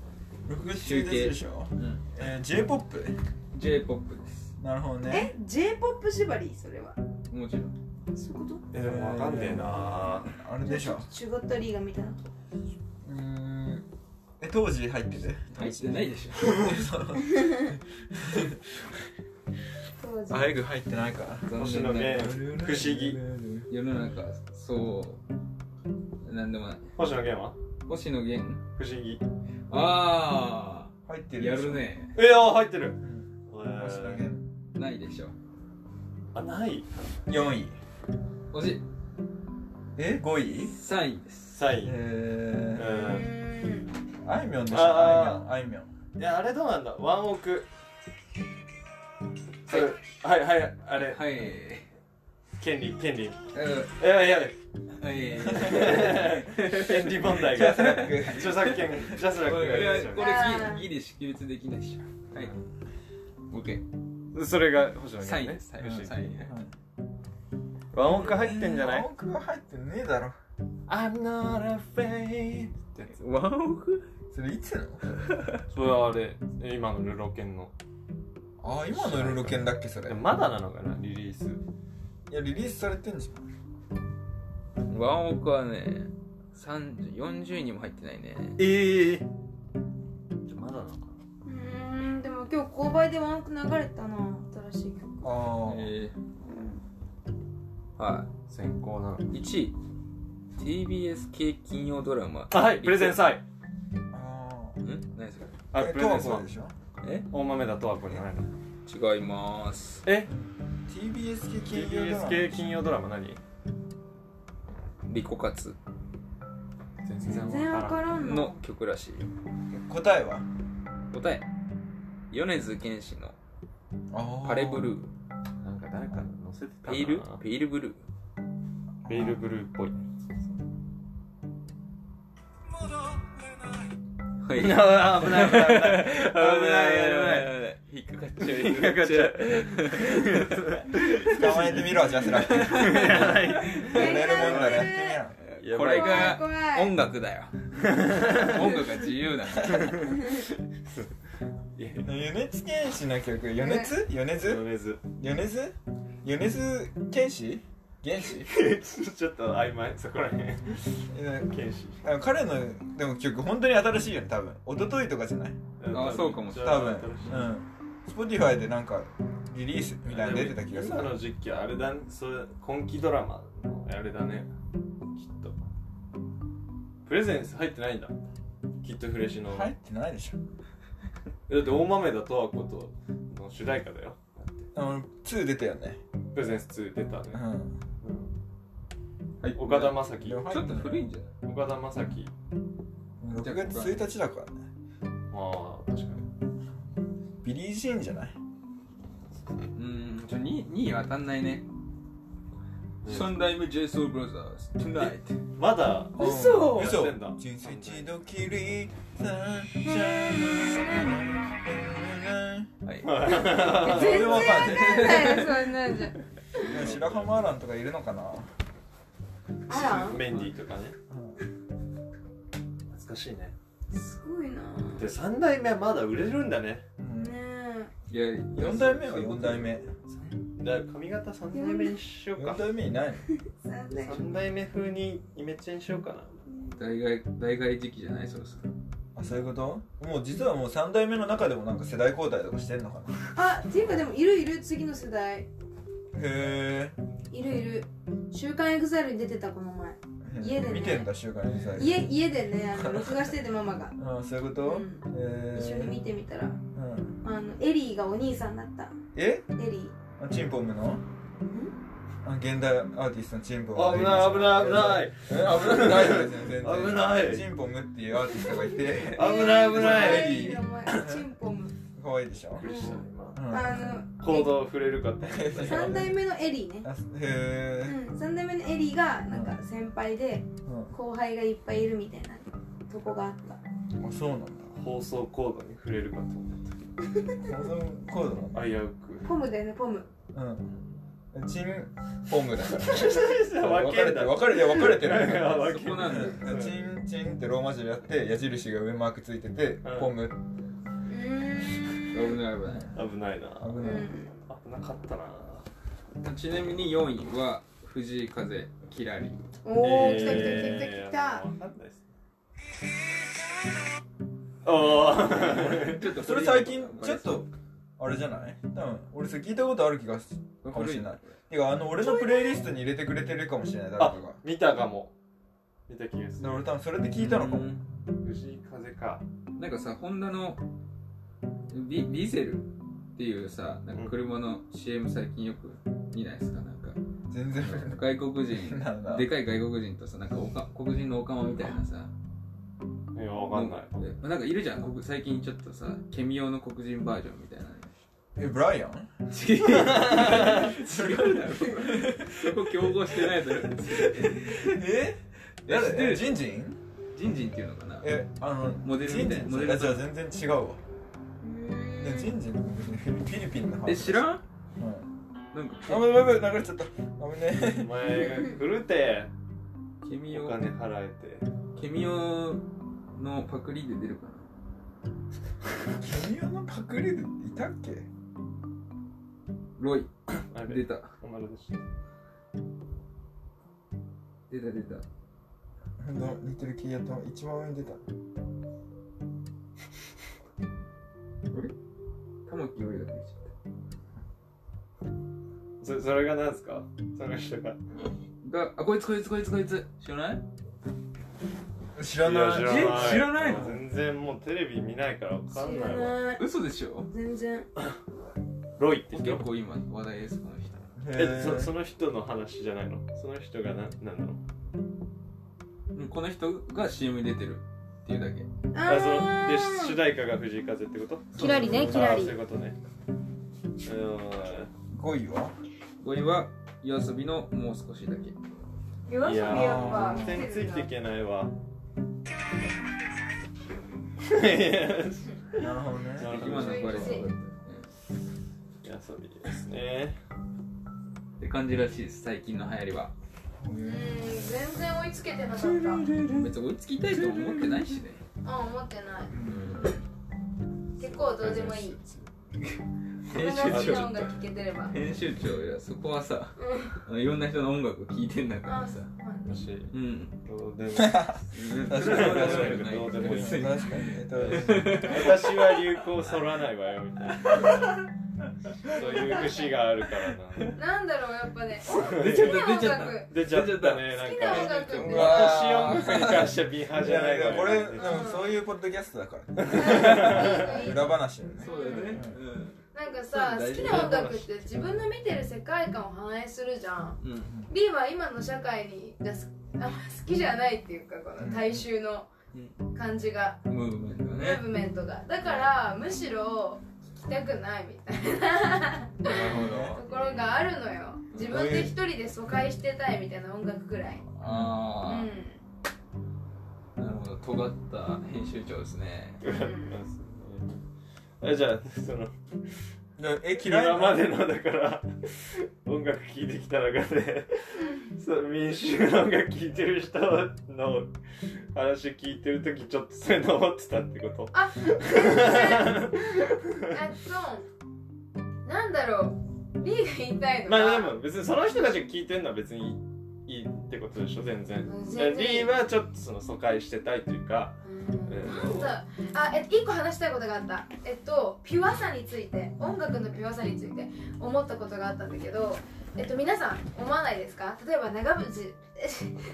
[SPEAKER 4] 6月中日でしょ、
[SPEAKER 2] うん、
[SPEAKER 4] えー、J−POP
[SPEAKER 2] j p o p です
[SPEAKER 4] なるほど
[SPEAKER 3] ー、
[SPEAKER 4] ね
[SPEAKER 3] え j p o p 縛りそれは
[SPEAKER 2] もちろん
[SPEAKER 3] そういうこと
[SPEAKER 1] えでもわかんねえな
[SPEAKER 4] あれでし
[SPEAKER 3] ちょ
[SPEAKER 4] ょ
[SPEAKER 3] っと違ったリーが見たな
[SPEAKER 4] うーんえ当時入ってて
[SPEAKER 2] 入ってないでしょ
[SPEAKER 3] 当時
[SPEAKER 4] あえぐ入ってないから
[SPEAKER 1] 星野源不思議
[SPEAKER 2] 世の中そうなんでもない
[SPEAKER 1] 星野源は
[SPEAKER 2] 星野源
[SPEAKER 1] 不思議
[SPEAKER 2] あ
[SPEAKER 4] 入って
[SPEAKER 2] あ
[SPEAKER 4] るでし
[SPEAKER 2] や
[SPEAKER 4] ょ
[SPEAKER 2] るね
[SPEAKER 1] えあ入ってる
[SPEAKER 4] うん
[SPEAKER 1] えー
[SPEAKER 4] 星野源
[SPEAKER 2] ないでしょ
[SPEAKER 1] あない
[SPEAKER 4] 4位
[SPEAKER 2] おじ
[SPEAKER 4] え5位
[SPEAKER 2] 3位です
[SPEAKER 1] サイン
[SPEAKER 4] え
[SPEAKER 3] う
[SPEAKER 1] う
[SPEAKER 3] ーん
[SPEAKER 4] ー、あいみょんでしょ
[SPEAKER 1] あ
[SPEAKER 4] あいみょんあいみょん
[SPEAKER 1] んいやあれどうなんだワンオクそれはいはいあれ
[SPEAKER 2] はい
[SPEAKER 1] 権利権利
[SPEAKER 2] う
[SPEAKER 1] いやいやべ
[SPEAKER 2] んはい
[SPEAKER 1] 権利問題が著作権著作
[SPEAKER 2] こ
[SPEAKER 1] 権がい
[SPEAKER 2] れ
[SPEAKER 1] る
[SPEAKER 2] こ
[SPEAKER 1] でし
[SPEAKER 2] れギリギリ識別できないでしょはい OK
[SPEAKER 1] ょそれが星野
[SPEAKER 2] 3位
[SPEAKER 1] 源ね
[SPEAKER 2] です3位
[SPEAKER 1] ワンオク入ってんじゃない
[SPEAKER 4] 青くは入ってねえだろ
[SPEAKER 1] I'm not afraid ってやつ
[SPEAKER 2] ワンオク
[SPEAKER 4] それいつの
[SPEAKER 1] それはあれ今のルロケンの
[SPEAKER 4] あ今のルロケンだっけそれ
[SPEAKER 1] でもまだなのかなリリース
[SPEAKER 4] いやリリースされてんじゃん
[SPEAKER 2] ワンオクはね30 40にも入ってないね
[SPEAKER 1] ええじゃまだなのかな
[SPEAKER 3] うーんでも今日購買でワンオク流れたな新しい曲
[SPEAKER 4] ああ
[SPEAKER 2] えー、はい
[SPEAKER 1] 先行なの
[SPEAKER 2] 1位 TBS 系金曜ドラマ
[SPEAKER 1] あはいプレゼン祭
[SPEAKER 4] あ
[SPEAKER 2] ん何それ
[SPEAKER 1] あ
[SPEAKER 4] あ
[SPEAKER 1] プ
[SPEAKER 4] プ
[SPEAKER 1] レ
[SPEAKER 4] レ
[SPEAKER 1] ゼン
[SPEAKER 4] ゼン
[SPEAKER 1] 祭
[SPEAKER 4] でしょ
[SPEAKER 2] え
[SPEAKER 1] 大豆だとはこれじゃないの
[SPEAKER 2] 違います
[SPEAKER 1] え
[SPEAKER 4] TBS 系金曜ドラマ
[SPEAKER 1] TBS 系金曜ドラマ何
[SPEAKER 2] リコカツ
[SPEAKER 1] 全
[SPEAKER 3] 全然わからんの
[SPEAKER 2] の曲らしいよ
[SPEAKER 4] 答えは
[SPEAKER 2] 答え米津玄師の「パレブルー」
[SPEAKER 1] なんか誰か載せてた
[SPEAKER 2] ペイルペイルブルー
[SPEAKER 1] ペイルブルーっぽい
[SPEAKER 7] あー危ない危ない危ない危
[SPEAKER 2] はい危
[SPEAKER 7] ない引っかかっちゃう
[SPEAKER 2] 引っかかっちゃう
[SPEAKER 4] 捕まえてみろじゃあスラック
[SPEAKER 3] や
[SPEAKER 4] 寝るもんならやって
[SPEAKER 1] や
[SPEAKER 2] こ
[SPEAKER 1] ばい
[SPEAKER 2] れ
[SPEAKER 1] か
[SPEAKER 2] が
[SPEAKER 3] 怖い怖い
[SPEAKER 2] 音楽だよ音楽が自由な
[SPEAKER 4] みろ米津玄師の曲米津米津
[SPEAKER 1] 米津
[SPEAKER 4] 米津米津玄師玄師
[SPEAKER 1] ちょっと曖昧そこらへん
[SPEAKER 4] え
[SPEAKER 1] 剣士
[SPEAKER 4] あの彼のでも曲本当に新しいよね多分一昨日とかじゃない
[SPEAKER 2] あそうかも
[SPEAKER 4] 多分うんスポティファイでなんかリリースみたいなの出てた気がする
[SPEAKER 1] 今の実況あれだねそれ今期ドラマのあれだねきっとプレゼンス入ってないんだきっとフレッシュの、
[SPEAKER 4] 入ってないでしょ
[SPEAKER 1] だって大豆田十和子との主題歌だよ
[SPEAKER 4] あの2出たよね
[SPEAKER 1] プレゼンス2出たね
[SPEAKER 4] う、ん
[SPEAKER 1] うん岡田将生
[SPEAKER 4] ち
[SPEAKER 2] ちょっと古いんじゃ
[SPEAKER 1] 岡田将生
[SPEAKER 4] 6月1日だからね
[SPEAKER 1] ああ確かに
[SPEAKER 4] ビリー・ジーンじゃない
[SPEAKER 2] ないうーんちょ 2, 2位は当たんないね「三代目 j s o u l b r o t h e r s t o n
[SPEAKER 1] まだ
[SPEAKER 3] 嘘
[SPEAKER 1] やってんだ
[SPEAKER 4] 人生一度きりサンシャイン
[SPEAKER 3] 全然
[SPEAKER 4] わ
[SPEAKER 3] わ
[SPEAKER 4] かんない
[SPEAKER 3] かんないよそんなんじゃ
[SPEAKER 4] 白浜アランとかいるのかな
[SPEAKER 3] あらん
[SPEAKER 1] メンディーとかね懐かしいね
[SPEAKER 3] すごいな
[SPEAKER 1] で3代目はまだ売れるんだね
[SPEAKER 3] ねえ
[SPEAKER 2] いや
[SPEAKER 4] 4代目は4代目
[SPEAKER 1] だから髪型3代目にしようか
[SPEAKER 4] 4代目いない
[SPEAKER 3] 残念
[SPEAKER 1] 3代目風にイメチェンしようかな
[SPEAKER 2] 大概大概時期じゃないそろそろ
[SPEAKER 4] あそういうこともう実はもう3代目の中でもなんか世代交代とかしてんのかな
[SPEAKER 3] あっていうかでもいるいる次の世代
[SPEAKER 4] へ
[SPEAKER 3] いるいる週刊エグザイルに出てたこの前
[SPEAKER 4] え
[SPEAKER 3] 家でね
[SPEAKER 4] 見てんだ週刊連載
[SPEAKER 3] 家家でねあの録画しててママが
[SPEAKER 4] ああそういうこと、
[SPEAKER 3] うん
[SPEAKER 4] へえ
[SPEAKER 3] 一緒に見てみたら
[SPEAKER 4] うん、
[SPEAKER 3] あのエリーがお兄さんだった
[SPEAKER 4] え
[SPEAKER 3] エリ
[SPEAKER 4] あチンポムのあ現代アーティストのチンポム
[SPEAKER 1] 危ない危ない危ないい
[SPEAKER 4] え危なくないですよ全然
[SPEAKER 1] 危ない
[SPEAKER 4] チンポムっていうアーティストがいて
[SPEAKER 3] ー
[SPEAKER 1] 危ない危ない
[SPEAKER 3] エリーの前チンポム
[SPEAKER 4] 可愛いでしょ
[SPEAKER 1] びっくりした今
[SPEAKER 4] うん
[SPEAKER 3] あ
[SPEAKER 4] あ
[SPEAKER 3] の
[SPEAKER 1] 行動触れるかと思った
[SPEAKER 3] 3代目のエリーねう
[SPEAKER 4] へえ、
[SPEAKER 3] ん3代目のエリーがなんか先輩で
[SPEAKER 4] う
[SPEAKER 3] 後輩がいっぱいいるみたいなとこがあった
[SPEAKER 4] ん、あそうなんだ
[SPEAKER 1] 放送コードに触れるかと思っ
[SPEAKER 4] 放送コードなんだ
[SPEAKER 1] た危う
[SPEAKER 3] ポムだよねポム
[SPEAKER 4] うんチンポムだから
[SPEAKER 1] く
[SPEAKER 4] 分かれて分かれて分か れてる
[SPEAKER 1] 分
[SPEAKER 2] そこなんだよ
[SPEAKER 4] チンチンってローマ字でやって矢印が上マークついてて、
[SPEAKER 1] ん
[SPEAKER 4] ポム
[SPEAKER 3] うーん
[SPEAKER 2] 危ない危ない
[SPEAKER 1] 危ないな
[SPEAKER 4] 危
[SPEAKER 3] う
[SPEAKER 4] ない、
[SPEAKER 3] ん
[SPEAKER 1] 危なかったな
[SPEAKER 2] ちなみに4位は藤井風キラリ
[SPEAKER 3] おお
[SPEAKER 1] えー
[SPEAKER 3] 来た来た来た来た
[SPEAKER 1] わかんないですおー
[SPEAKER 2] ちょっと
[SPEAKER 4] それ最近ちょっとあれじゃない多分俺それ聞いたことある気がするかもしれないてかあの俺のプレイリストに入れてくれてるかもしれない誰か
[SPEAKER 1] あ
[SPEAKER 4] が
[SPEAKER 1] 見たかも見た気がす
[SPEAKER 4] で
[SPEAKER 1] る
[SPEAKER 4] 俺多分それで聞いたのかも
[SPEAKER 1] 藤井風か
[SPEAKER 2] なんかさホンダのビビゼルっていうさなんか車の CM 最近よく見ないですかなんか
[SPEAKER 4] 全然
[SPEAKER 2] 外国人
[SPEAKER 4] なんだ
[SPEAKER 2] でかい外国人とさなんかおか黒人のオカマみたいなさ
[SPEAKER 1] いやわかんない
[SPEAKER 2] でなんかいるじゃん黒最近ちょっとさケミ用の黒人バージョンみたいなの
[SPEAKER 4] えブライアン
[SPEAKER 2] 違うだろそこ競合してないだろ
[SPEAKER 4] え
[SPEAKER 2] え知ってる
[SPEAKER 4] ジンジン
[SPEAKER 2] ジンジンっていうのかな
[SPEAKER 4] えあの
[SPEAKER 2] モデルみたい
[SPEAKER 4] ジンジン
[SPEAKER 2] モデル
[SPEAKER 4] あじゃあ全然違うわ
[SPEAKER 3] う
[SPEAKER 4] いや
[SPEAKER 3] ーん
[SPEAKER 4] ジンジンフィリピンの話
[SPEAKER 2] え知らん
[SPEAKER 4] うん
[SPEAKER 2] なんか
[SPEAKER 4] あやばいやばい流れちゃったあぶね
[SPEAKER 1] お前が来るて
[SPEAKER 2] ケミ
[SPEAKER 1] お
[SPEAKER 2] 用
[SPEAKER 1] 金払えて
[SPEAKER 2] ケミオのパクリで出るかな
[SPEAKER 4] 君はのパクリでいたっけ
[SPEAKER 2] ロイ
[SPEAKER 1] あ
[SPEAKER 2] 出
[SPEAKER 1] れ
[SPEAKER 2] た
[SPEAKER 1] お前らでした
[SPEAKER 2] 出た出た
[SPEAKER 4] ほんと似てる気やった一番上に出た
[SPEAKER 2] 玉木よりが出てきちゃ
[SPEAKER 1] そそれが何ですかその人が
[SPEAKER 2] ったがあこいつこいつこいつこいつ知らない
[SPEAKER 4] 知らないい
[SPEAKER 1] や知らない
[SPEAKER 2] え知らないの
[SPEAKER 1] 全然もうテレビ見ないからわかん
[SPEAKER 3] 知
[SPEAKER 1] な
[SPEAKER 3] ら
[SPEAKER 1] いわ
[SPEAKER 3] ない
[SPEAKER 2] 嘘でしょ
[SPEAKER 3] 全然
[SPEAKER 1] ロイって
[SPEAKER 2] 結
[SPEAKER 1] 人
[SPEAKER 2] 構今話題ですこの人
[SPEAKER 4] へ
[SPEAKER 1] え
[SPEAKER 4] ー
[SPEAKER 1] そその人の話じゃないのその人がな何なの
[SPEAKER 2] この人が CM に出てるっていうだけ
[SPEAKER 3] あ
[SPEAKER 1] あそうで
[SPEAKER 3] ー
[SPEAKER 1] 主題歌が藤井風ってこと
[SPEAKER 3] キラリねキラ
[SPEAKER 1] あーそう
[SPEAKER 3] リ
[SPEAKER 1] いうことねうーん
[SPEAKER 4] 5位は
[SPEAKER 2] 5位は夜遊びのもう少しだけ
[SPEAKER 3] 夜遊びやっぱ
[SPEAKER 1] 全然ついていけないわ
[SPEAKER 4] なるほどね
[SPEAKER 1] なるほ
[SPEAKER 2] 今
[SPEAKER 1] ど
[SPEAKER 2] の
[SPEAKER 1] ね
[SPEAKER 2] 流れそうだった
[SPEAKER 1] 遊びですね
[SPEAKER 2] って感じらしいです最近の流行りは
[SPEAKER 3] うん全然追いつけてなかったうん
[SPEAKER 2] 別に追いつきたいと思ってないしね
[SPEAKER 3] 思ってない結構どうでもいい
[SPEAKER 2] 編
[SPEAKER 3] 自分が好き
[SPEAKER 2] 集
[SPEAKER 3] な
[SPEAKER 2] 長
[SPEAKER 3] 音楽聴けてれば
[SPEAKER 2] 編集長いやそこはさいろんな人の音楽を聴いてんだからさ
[SPEAKER 1] もし
[SPEAKER 2] うん
[SPEAKER 1] どうでも
[SPEAKER 2] 確
[SPEAKER 1] どうでもいい
[SPEAKER 4] 確かにね
[SPEAKER 1] 私は流行そらないわよみたいなそういう節があるからな
[SPEAKER 3] なんだろうやっぱね
[SPEAKER 2] 出ちゃった出ちゃった
[SPEAKER 1] 出ちゃったねなん
[SPEAKER 3] 好きな音
[SPEAKER 1] か
[SPEAKER 3] 楽って
[SPEAKER 4] うわ
[SPEAKER 1] 私音楽に関してはミーハーじゃないわよ
[SPEAKER 4] これ
[SPEAKER 1] みたいな
[SPEAKER 4] うんそういうポッドキャストだから
[SPEAKER 3] なんか
[SPEAKER 4] 裏話よね
[SPEAKER 2] そうだよね
[SPEAKER 3] なんかさ好きな音楽って自分の見てる世界観を反映するじゃん
[SPEAKER 2] うん
[SPEAKER 3] B は今の社会にがすあんま好きじゃないっていうかこの大衆の感じが
[SPEAKER 2] うんムーブメントが
[SPEAKER 3] ム
[SPEAKER 2] ね
[SPEAKER 3] ーブメントがだからむしろ聞きたくないみたい
[SPEAKER 4] なる
[SPEAKER 3] なところがあるのよ自分で一人で疎開してたいみたいな音楽くらいうん
[SPEAKER 2] ああなるほど尖った編集長ですね
[SPEAKER 1] あ じゃあその
[SPEAKER 4] ほどえ嫌い
[SPEAKER 1] 今までのだから音楽聴いてきた中でその民衆の音楽聴いてる人の話聞いてる時ちょっとそれ登ってたってこと
[SPEAKER 3] ああそうなんだろう B が言いたいの
[SPEAKER 1] ま
[SPEAKER 3] は
[SPEAKER 1] あでも別にその人たちが聞いてるのは別にいいってことでしょ全然
[SPEAKER 3] うん全然いい
[SPEAKER 1] D はちょっとその疎開してたいというか
[SPEAKER 3] なんだあえ一個話したいことがあったえっとピュアさについて音楽のピュアさについて思ったことがあったんだけどえっと皆さん思わないですか例えば長渕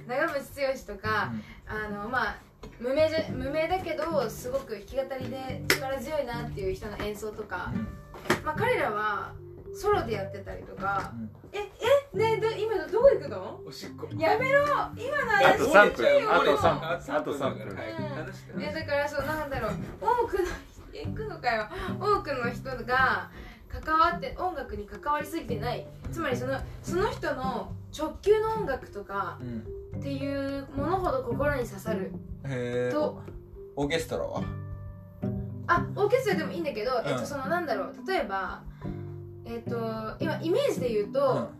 [SPEAKER 3] 長渕剛とか、あのまあ無名じゃ無名だけどすごく弾き語りで力強いなっていう人の演奏とか、まあ、彼らはソロでやってたりとか、ええねえど今のどこ行くの
[SPEAKER 2] おしっこ
[SPEAKER 3] やめろ今の
[SPEAKER 8] あ
[SPEAKER 3] 話
[SPEAKER 8] と
[SPEAKER 3] 聞
[SPEAKER 8] 3
[SPEAKER 3] いて
[SPEAKER 8] 分
[SPEAKER 3] よ
[SPEAKER 8] あと
[SPEAKER 3] 俺も
[SPEAKER 8] 3分あと3分
[SPEAKER 2] 早く話して
[SPEAKER 3] いやだからそうなんだろう多くの行くのかよ多くの人が関わって音楽に関わりすぎてないつまりそのその人の直球の音楽とか
[SPEAKER 4] うん
[SPEAKER 3] っていうものほど心に刺さる
[SPEAKER 4] へえ
[SPEAKER 3] と
[SPEAKER 4] オーケストラは
[SPEAKER 3] あオーケストラでもいいんだけど、えっ
[SPEAKER 4] う
[SPEAKER 3] と
[SPEAKER 4] ん
[SPEAKER 3] そのなんだろう例えばえっと今イメージで言うと、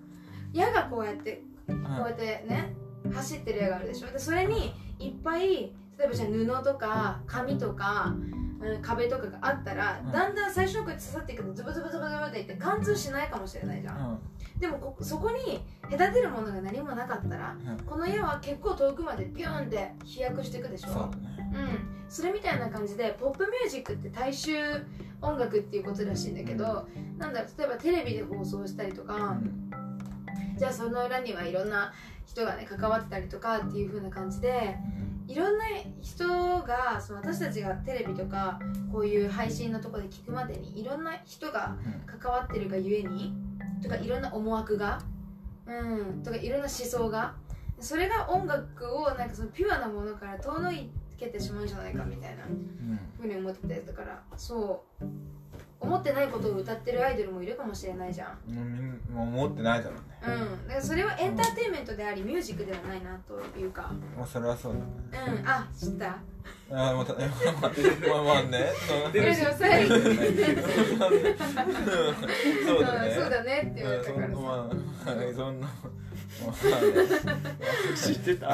[SPEAKER 3] 矢がこうやって
[SPEAKER 4] うん
[SPEAKER 3] こうやってね走ってる絵があるでしょでそれにいっぱい例えばじゃあ布とか紙とか、うん、壁とかがあったら、
[SPEAKER 4] うん
[SPEAKER 3] だんだん最初のこうやって刺さっていくとズブズブズブズブっていって貫通しないかもしれないじゃん、でもこそこに隔てるものが何もなかったら、
[SPEAKER 4] うん
[SPEAKER 3] この絵は結構遠くまでビューンって飛躍していくでしょ
[SPEAKER 4] うんそうだね
[SPEAKER 3] うん、それみたいな感じでポップミュージックって大衆音楽っていうことらしいんだけど、なんだろう例えばテレビで放送したりとか、
[SPEAKER 4] ん
[SPEAKER 3] じゃあその裏にはいろんな人がね関わってたりとかっていう風な感じでいろんな人がその私たちがテレビとかこういう配信のとこで聞くまでにいろんな人が関わってるがゆえにとかいろんな思惑がうんとかいろんな思想がそれが音楽をなんかそのピュアなものから遠のけてしまうんじゃないかみたいなふうに思っててだからそう思ってないことを歌ってるアイドルもいるかもしれないじゃん
[SPEAKER 4] うんうんみんもう持ってないだろうね
[SPEAKER 3] うん、だからそれはエンターテインメントでありミュージックではないなというか
[SPEAKER 4] まあそれはそうだね
[SPEAKER 3] うんあ知った
[SPEAKER 4] あーまたまあまあねそう
[SPEAKER 3] いやでも最後に
[SPEAKER 4] そうだ
[SPEAKER 3] うん
[SPEAKER 4] ね
[SPEAKER 3] そうだねって言われ
[SPEAKER 4] うん
[SPEAKER 3] た
[SPEAKER 4] そ
[SPEAKER 3] から
[SPEAKER 4] んな
[SPEAKER 3] さ
[SPEAKER 4] まあはいそんなま
[SPEAKER 1] 知ってた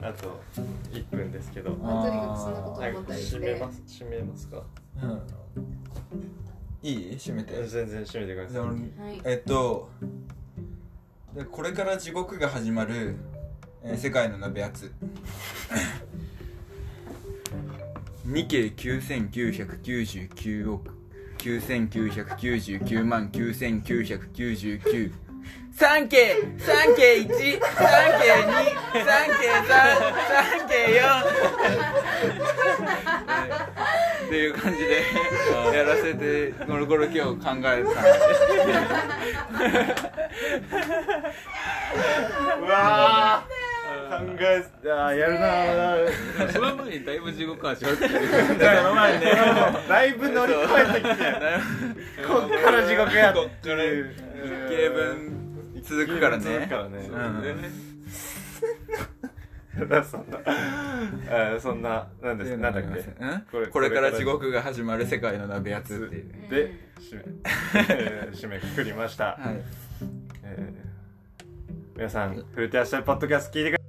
[SPEAKER 1] あ
[SPEAKER 3] う
[SPEAKER 1] と1分ですけど
[SPEAKER 3] んまあとにかくそんなこと
[SPEAKER 1] はい
[SPEAKER 3] 思ったりし
[SPEAKER 1] 閉
[SPEAKER 3] て
[SPEAKER 1] めます閉めますか
[SPEAKER 4] あうんいい閉めて
[SPEAKER 1] 全然閉めてくだ
[SPEAKER 4] じ
[SPEAKER 1] さ
[SPEAKER 4] ゃ
[SPEAKER 1] い
[SPEAKER 4] あ俺
[SPEAKER 3] はい
[SPEAKER 4] えっとでこれから地獄が始まる、えー世界の鍋やつ 2K9999 億9999万9999 3K3K13K23K4
[SPEAKER 9] え
[SPEAKER 4] っていう感じでやらせてゴロゴロ今日考えて
[SPEAKER 1] うわー考えあーやるな
[SPEAKER 4] たその前にだいぶ地獄味わってる
[SPEAKER 1] ーその前にねだいぶ乗り越えてきてこっから地獄やっ
[SPEAKER 4] こっからゲーム続くからね
[SPEAKER 1] 続くからね
[SPEAKER 4] うん
[SPEAKER 1] だそんなあーそんな なんですなんだっけこれ
[SPEAKER 4] うんこれから地獄が始まる世界の鍋やつっていうね
[SPEAKER 1] で締めえー締めくくりました
[SPEAKER 4] はい
[SPEAKER 1] えー皆さん、フルテアスタイルポッドキャスト聞いてください。